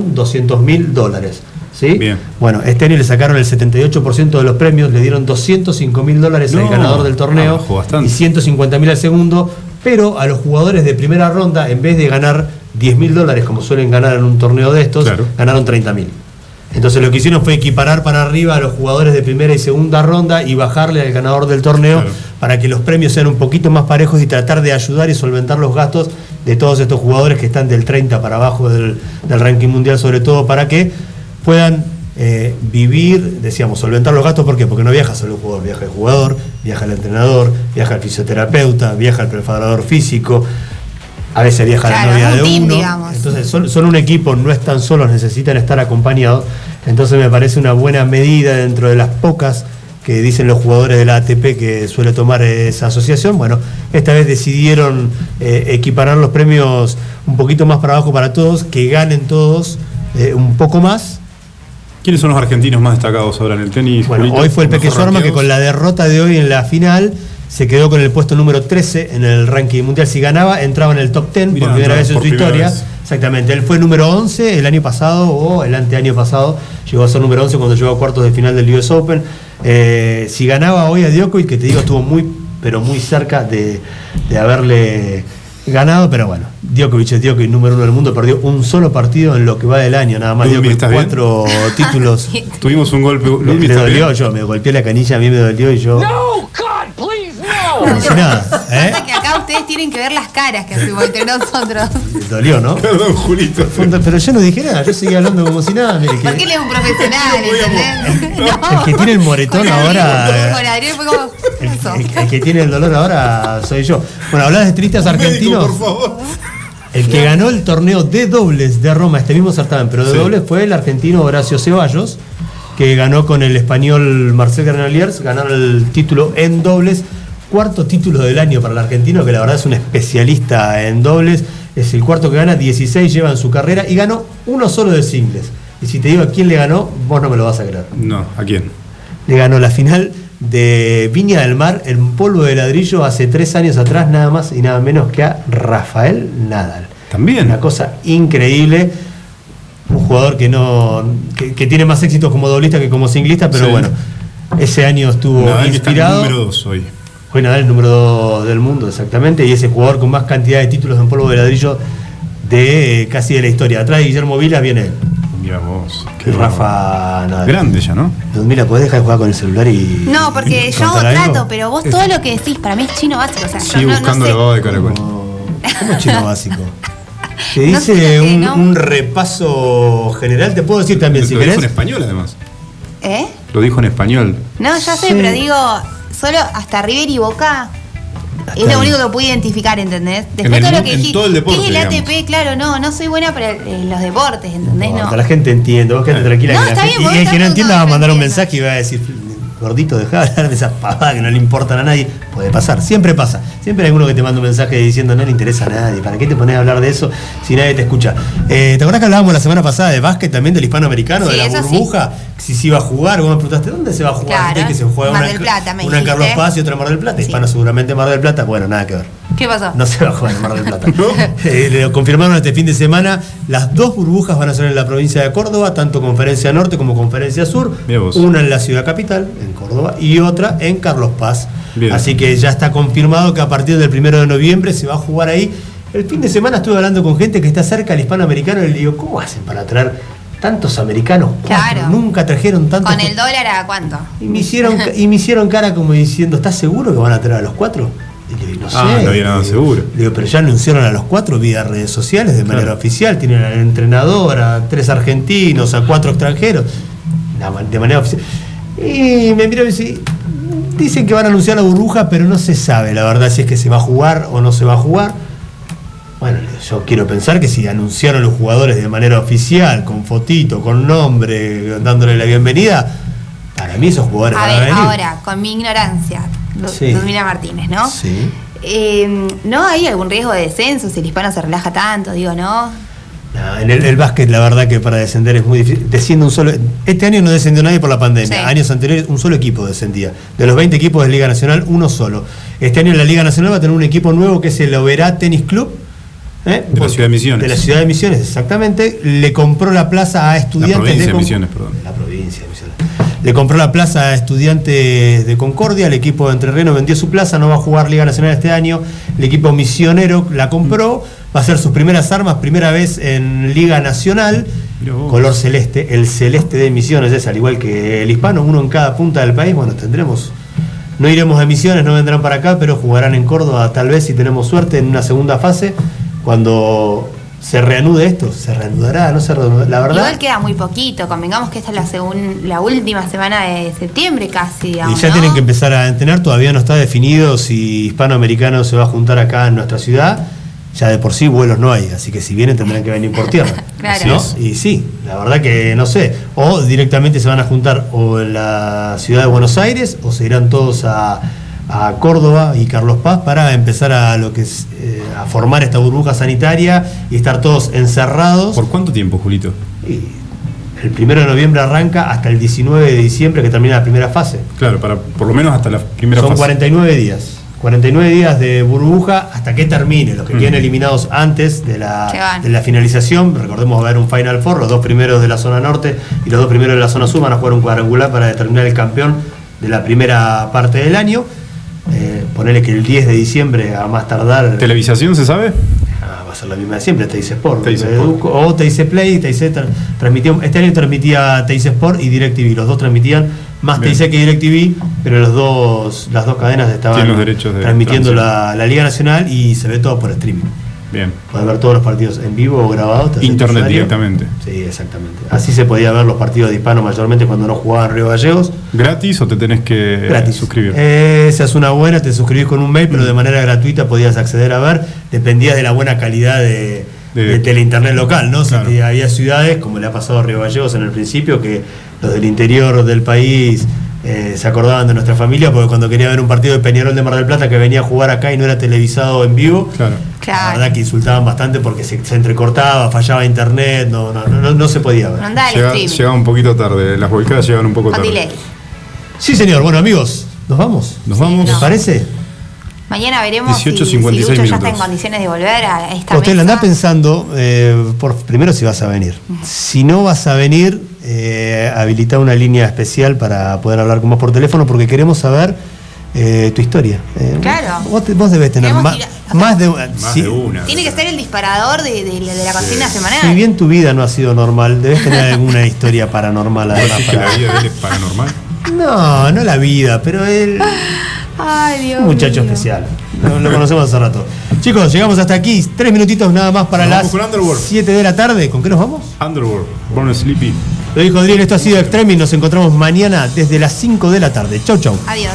Speaker 3: 1.200.000 dólares. ¿Sí?
Speaker 5: Bien.
Speaker 3: Bueno, este año le sacaron el 78% de los premios, le dieron 205 mil dólares al
Speaker 5: No,
Speaker 3: ganador del torneo
Speaker 5: bajó bastante.
Speaker 3: y 150 mil al segundo, pero a los jugadores de primera ronda, en vez de ganar 10 mil dólares como suelen ganar en un torneo de estos,
Speaker 5: Claro.
Speaker 3: ganaron 30 mil. Entonces lo que hicieron fue equiparar para arriba a los jugadores de primera y segunda ronda y bajarle al ganador del torneo
Speaker 5: Claro.
Speaker 3: para que los premios sean un poquito más parejos y tratar de ayudar y solventar los gastos de todos estos jugadores que están del 30 para abajo del, del ranking mundial, sobre todo para que puedan eh, vivir, decíamos, solventar los gastos. ¿Por qué? Porque no viaja solo el jugador, viaja el jugador, viaja el entrenador, viaja el fisioterapeuta, viaja el preparador físico, a veces viaja la
Speaker 4: Claro,
Speaker 3: novia
Speaker 4: es un
Speaker 3: de
Speaker 4: team,
Speaker 3: uno.
Speaker 4: digamos.
Speaker 3: Entonces, son, son un equipo, no están solos, necesitan estar acompañados. Entonces, me parece una buena medida dentro de las pocas que dicen los jugadores de la ATP que suele tomar esa asociación. Bueno, esta vez decidieron eh, equiparar los premios un poquito más para abajo para todos, que ganen todos eh, un poco más.
Speaker 5: ¿Quiénes son los argentinos más destacados ahora en el tenis?
Speaker 3: Bueno,
Speaker 5: Julito?
Speaker 3: hoy fue el
Speaker 5: ¿Mejor
Speaker 3: Peque Sorma que
Speaker 5: rankeados?
Speaker 3: con la derrota de hoy en la final se quedó con el puesto número 13 en el ranking mundial. Si ganaba, entraba en el top 10
Speaker 5: Mirá,
Speaker 3: por primera
Speaker 5: entraba
Speaker 3: vez en
Speaker 5: por
Speaker 3: su
Speaker 5: primera
Speaker 3: historia.
Speaker 5: vez.
Speaker 3: Exactamente. Él fue número 11 el año pasado o el anteaño pasado. Llegó a ser número 11 cuando llegó a cuartos de final del US Open. Eh, si ganaba hoy a Djokovic, que te digo, estuvo muy, pero muy cerca de, de haberle ganado, pero bueno. Djokovic es Djokovic, número uno del mundo, perdió un solo partido en lo que va del año, nada más.
Speaker 5: Dumi,
Speaker 3: Djokovic,
Speaker 5: ¿estás bien?
Speaker 3: cuatro títulos.
Speaker 5: Tuvimos un golpe.
Speaker 3: Me,
Speaker 5: Ludmi,
Speaker 3: me
Speaker 5: ¿está
Speaker 3: dolió,
Speaker 5: bien?
Speaker 3: yo me golpeé la canilla, a mí me dolió y yo.
Speaker 2: No, God, please, no!
Speaker 3: Como si nada, ¿eh?
Speaker 4: Pasa que acá ustedes tienen que ver las caras que hacemos entre nosotros.
Speaker 3: Me dolió, ¿no?
Speaker 5: Perdón, Julito.
Speaker 3: Pero yo no dije nada, yo seguía hablando como si nada. mire,
Speaker 4: Porque
Speaker 3: que-
Speaker 4: él es un profesional, ¿entendés? No.
Speaker 3: El que tiene el moretón
Speaker 4: Con
Speaker 3: ahora,
Speaker 4: Adrián,
Speaker 3: eh.
Speaker 4: Con Adrián fue como. ¿qué pasó?
Speaker 3: el, el que tiene el dolor ahora soy yo. Bueno, hablás de tenistas
Speaker 5: Médico,
Speaker 3: argentinos.
Speaker 5: por favor.
Speaker 3: El que ganó el torneo de dobles de Roma, este mismo certamen, pero de
Speaker 5: Sí.
Speaker 3: dobles fue el argentino Horacio Ceballos, que ganó con el español Marcel Granollers, ganaron el título en dobles, cuarto título del año para el argentino, que la verdad es un especialista en dobles, es el cuarto que gana, 16 lleva en su carrera y ganó uno solo de singles. Y si te digo a quién le ganó, vos no me lo vas a creer.
Speaker 5: No, ¿a quién?
Speaker 3: Le ganó la final de Viña del Mar en polvo de ladrillo hace tres años atrás, nada más y nada menos que a Rafael Nadal.
Speaker 5: También.
Speaker 3: Una cosa increíble. Un jugador que no. que, que tiene más éxitos como doblista que como singlista, pero
Speaker 5: Sí.
Speaker 3: bueno. Ese año estuvo
Speaker 5: Nadal que está en
Speaker 3: inspirado.
Speaker 5: número 2 hoy.
Speaker 3: Hoy Nadal el número 2 del mundo, exactamente, y ese jugador con más cantidad de títulos en polvo de ladrillo de eh, casi de la historia. Atrás de Guillermo Vilas viene él.
Speaker 5: Mira vos.
Speaker 3: Y Rafa Nadal.
Speaker 5: Grande ya, ¿no?
Speaker 3: Ludmila, ¿podés dejar de jugar con el celular y.?
Speaker 4: No, porque yo hago
Speaker 3: contar algo?
Speaker 4: trato, pero vos todo lo que decís para mí es chino básico. O sea,
Speaker 5: Sigue
Speaker 4: yo no, no
Speaker 5: buscando
Speaker 4: sé.
Speaker 5: la baba de caracol.
Speaker 3: No, ¿Cómo es chino básico? Te
Speaker 4: No
Speaker 3: dice
Speaker 4: sé,
Speaker 3: un,
Speaker 4: ¿no?
Speaker 3: un repaso general, te puedo decir también, si
Speaker 5: Lo dijo
Speaker 3: querés.
Speaker 5: en español, además.
Speaker 4: ¿Eh?
Speaker 5: Lo dijo en español.
Speaker 4: No, ya sé,
Speaker 3: Sí.
Speaker 4: pero digo, solo hasta River y Boca es
Speaker 3: ahí.
Speaker 4: lo único que pude identificar, ¿entendés?
Speaker 5: En
Speaker 4: Después
Speaker 5: el
Speaker 4: todo
Speaker 5: mu-
Speaker 4: lo que
Speaker 5: en
Speaker 4: dijiste,
Speaker 5: todo el deporte,
Speaker 4: ¿qué es el
Speaker 5: digamos.
Speaker 4: ATP? Claro, no, no soy buena para eh, los deportes, ¿entendés?
Speaker 3: No,
Speaker 4: No.
Speaker 3: La gente entiende, vos quedate tranquila.
Speaker 4: No,
Speaker 3: que la
Speaker 4: está
Speaker 3: gente-
Speaker 4: bien, vos
Speaker 3: y el
Speaker 4: estás
Speaker 3: que no
Speaker 4: con
Speaker 3: entienda
Speaker 4: todo,
Speaker 3: va a mandar un
Speaker 4: entiendo.
Speaker 3: mensaje y va a decir, gordito, dejá de hablar de esas pavadas que no le importan a nadie. Puede pasar, siempre pasa. Siempre hay alguno que te manda un mensaje diciendo no le interesa a nadie. ¿Para qué te pones a hablar de eso si nadie te escucha? Eh, ¿Te acordás que hablábamos la semana pasada de básquet también del hispanoamericano,
Speaker 4: Sí,
Speaker 3: de la
Speaker 4: eso sí.
Speaker 3: burbuja? Si se iba a jugar, vos me preguntaste, ¿dónde se va a jugar?
Speaker 4: Claro,
Speaker 3: que se juega
Speaker 4: Mar
Speaker 3: una,
Speaker 4: del Plata, me
Speaker 3: una en Carlos
Speaker 4: dijiste.
Speaker 3: Paz y otra en Mar del Plata.
Speaker 4: Sí.
Speaker 3: Hispano seguramente Mar del Plata, bueno, nada que ver.
Speaker 4: ¿Qué pasó?
Speaker 3: No se va a jugar en Mar del Plata. Eh, lo confirmaron este fin de semana. Las dos burbujas van a ser en la provincia de Córdoba, tanto Conferencia Norte como Conferencia Sur.
Speaker 5: Mirá vos.
Speaker 3: Una en la ciudad capital, en Córdoba, y otra en Carlos Paz.
Speaker 5: Bien.
Speaker 3: Así que ya está confirmado que a partir del primero de noviembre se va a jugar ahí. El fin de semana estuve hablando con gente que está cerca del hispanoamericano y le digo, ¿cómo hacen para traer tantos americanos? Cuatro,
Speaker 4: Claro.
Speaker 3: Nunca trajeron tantos.
Speaker 4: ¿Con el dólar a cuánto?
Speaker 3: Y me hicieron, ca- y me hicieron cara como diciendo, ¿estás seguro que van a traer a los cuatro? Y le digo, no sé.
Speaker 5: Ah, no había nada
Speaker 3: Le digo,
Speaker 5: seguro.
Speaker 3: Le digo, pero ya anunciaron a los cuatro vía redes sociales de manera
Speaker 5: Claro.
Speaker 3: oficial. Tienen a la entrenadora, a tres argentinos, a cuatro extranjeros. La man- De manera oficial. Y me miró y me dice, dicen que van a anunciar la burbuja, pero no se sabe, la verdad, si es que se va a jugar o no se va a jugar. Bueno, yo quiero pensar que si anunciaron los jugadores de manera oficial, con fotito, con nombre, dándole la bienvenida, para mí esos jugadores
Speaker 4: A
Speaker 3: van a
Speaker 4: ver,
Speaker 3: venir.
Speaker 4: ahora, con mi ignorancia, Du-
Speaker 3: Sí.
Speaker 4: Ludmila Martínez, ¿no?
Speaker 3: Sí.
Speaker 4: Eh, ¿No hay algún riesgo de descenso si el hispano se relaja tanto? Digo, ¿no?
Speaker 3: No, en el, el básquet, la verdad que para descender es muy difícil. Desciende un solo. Este año no descendió nadie por la pandemia.
Speaker 4: Sí.
Speaker 3: Años anteriores, un solo equipo descendía. De los 20 equipos de Liga Nacional, uno solo. Este año la Liga Nacional va a tener un equipo nuevo que es el Oberá Tennis Club. ¿eh?
Speaker 5: De la ciudad de Misiones.
Speaker 3: De la ciudad de Misiones, exactamente. Le compró la plaza a estudiantes
Speaker 5: provincia de
Speaker 3: Con-
Speaker 5: Misiones, perdón.
Speaker 3: La provincia de Misiones. Le compró la plaza a estudiantes de Concordia. El equipo de Entre Entrerreno vendió su plaza. No va a jugar Liga Nacional este año. El equipo misionero la compró. Va a ser sus primeras armas, primera vez en Liga Nacional.
Speaker 5: Mirá vos.
Speaker 3: Color celeste. El celeste de Misiones es al igual que el hispano, uno en cada punta del país. Bueno, tendremos. No iremos de misiones, no vendrán para acá, pero jugarán en Córdoba, tal vez si tenemos suerte, en una segunda fase, cuando se reanude esto, se reanudará, no se reanudará. La verdad.
Speaker 4: Igual queda muy poquito, convengamos que esta es la, segun- la última semana de septiembre
Speaker 3: Y
Speaker 4: casi. digamos,
Speaker 3: ya
Speaker 4: ¿no?
Speaker 3: tienen que empezar a entrenar, todavía no está definido si hispanoamericano se va a juntar acá en nuestra ciudad. Ya de por sí vuelos no hay, así que si vienen tendrán que venir por tierra.
Speaker 4: Claro.
Speaker 3: ¿no?
Speaker 5: Así
Speaker 3: Y sí, la verdad que no sé. O directamente se van a juntar o en la ciudad de Buenos Aires o se irán todos a, a Córdoba y Carlos Paz para empezar a lo que es, eh, a formar esta burbuja sanitaria y estar todos encerrados.
Speaker 5: ¿Por cuánto tiempo, Julito?
Speaker 3: Y el primero de noviembre arranca hasta el 19 de diciembre que termina la primera fase.
Speaker 5: Claro, para por lo menos hasta la primera
Speaker 3: Son
Speaker 5: fase.
Speaker 3: 49 días. 49 días de burbuja hasta que termine. Los que queden eliminados antes de
Speaker 4: Se
Speaker 3: la,
Speaker 4: van.
Speaker 3: de la finalización, recordemos, va a haber un Final Four. Los dos primeros de la zona norte y los dos primeros de la zona sur van a jugar un cuadrangular para determinar el campeón de la primera parte del año. Eh, ponele que el 10 de diciembre, a más tardar,
Speaker 5: ¿Televisación se sabe?
Speaker 3: Ah, va a ser la misma de siempre, te dice Sport.
Speaker 5: TIC
Speaker 3: me
Speaker 5: Sport.
Speaker 3: educo. O te dice Play, te dice Este año transmitía te dice Sport y DirecTV. Los dos transmitían más te
Speaker 5: Bien.
Speaker 3: dice que DirecTV, pero los dos, las dos cadenas estaban
Speaker 5: Tienen los derechos de
Speaker 3: transmitiendo la, la Liga Nacional y se ve todo por streaming.
Speaker 5: Bien.
Speaker 3: Podés ver todos los partidos en vivo o grabados. te haces
Speaker 5: Internet
Speaker 3: usuario.
Speaker 5: directamente.
Speaker 3: Sí, exactamente. Así se podía ver los partidos de hispano mayormente cuando no jugaban Río Gallegos.
Speaker 5: ¿Gratis o te tenés que
Speaker 3: Gratis.
Speaker 5: suscribir?
Speaker 3: Eh, esa es una buena, te suscribís con un mail, pero de manera gratuita podías acceder a ver. Dependías de la buena calidad de,
Speaker 5: De-
Speaker 3: de teleinternet local, ¿no? Si
Speaker 5: Claro.
Speaker 3: te- había ciudades, como le ha pasado a Río Gallegos en el principio, que los del interior del país eh, se acordaban de nuestra familia, porque cuando quería ver un partido de Peñarol de Mar del Plata que venía a jugar acá y no era televisado en vivo,
Speaker 5: Claro.
Speaker 3: la
Speaker 4: Claro.
Speaker 3: verdad que insultaban bastante porque se, se entrecortaba, fallaba internet, no, no, no, no- no se podía ver.
Speaker 4: No andaba el
Speaker 5: Llega-
Speaker 4: streaming.
Speaker 5: llegaba un poquito tarde, las volcadas llegan un poco
Speaker 4: Con
Speaker 5: tarde.
Speaker 4: delay.
Speaker 3: Sí, señor, bueno amigos, nos vamos.
Speaker 5: Nos vamos.
Speaker 3: ¿Les
Speaker 4: no.
Speaker 3: parece?
Speaker 4: Mañana veremos si-
Speaker 5: 18,
Speaker 4: si, Lucho
Speaker 5: 56
Speaker 4: ya está en
Speaker 5: minutos.
Speaker 4: condiciones de volver a esta
Speaker 3: Usted lo
Speaker 4: mesa.
Speaker 3: anda pensando, eh, por, primero si vas a venir. Si no vas a venir, eh, habilita una línea especial para poder hablar con vos por teléfono porque queremos saber eh, tu historia. Eh,
Speaker 4: Claro.
Speaker 3: Vos, te- vos debes tener
Speaker 4: Queremos
Speaker 3: más,
Speaker 4: ir a-
Speaker 3: más de,
Speaker 5: Más
Speaker 3: si-
Speaker 5: de una.
Speaker 4: Tiene que ser el disparador de, de- de la cocina semanal.
Speaker 3: Si bien tu vida no ha sido normal, debes tener alguna historia paranormal.
Speaker 5: ¿Vos
Speaker 3: además,
Speaker 5: decís que
Speaker 3: para-
Speaker 5: la vida de él es paranormal?
Speaker 3: No, no la vida, pero él...
Speaker 4: Ay, Dios
Speaker 3: Un muchacho
Speaker 4: mío.
Speaker 3: especial. Lo, lo conocemos hace rato. Chicos, llegamos hasta aquí. Tres minutitos nada más para
Speaker 5: Nos
Speaker 3: las
Speaker 5: vamos con Underworld.
Speaker 3: 7 de la tarde. ¿Con qué nos vamos?
Speaker 5: Underworld, Born Sleepy.
Speaker 3: Lo dijo Adrián, esto ha sido Extremis. Nos encontramos mañana desde las 5 de la tarde. Chau, chau.
Speaker 4: Adiós.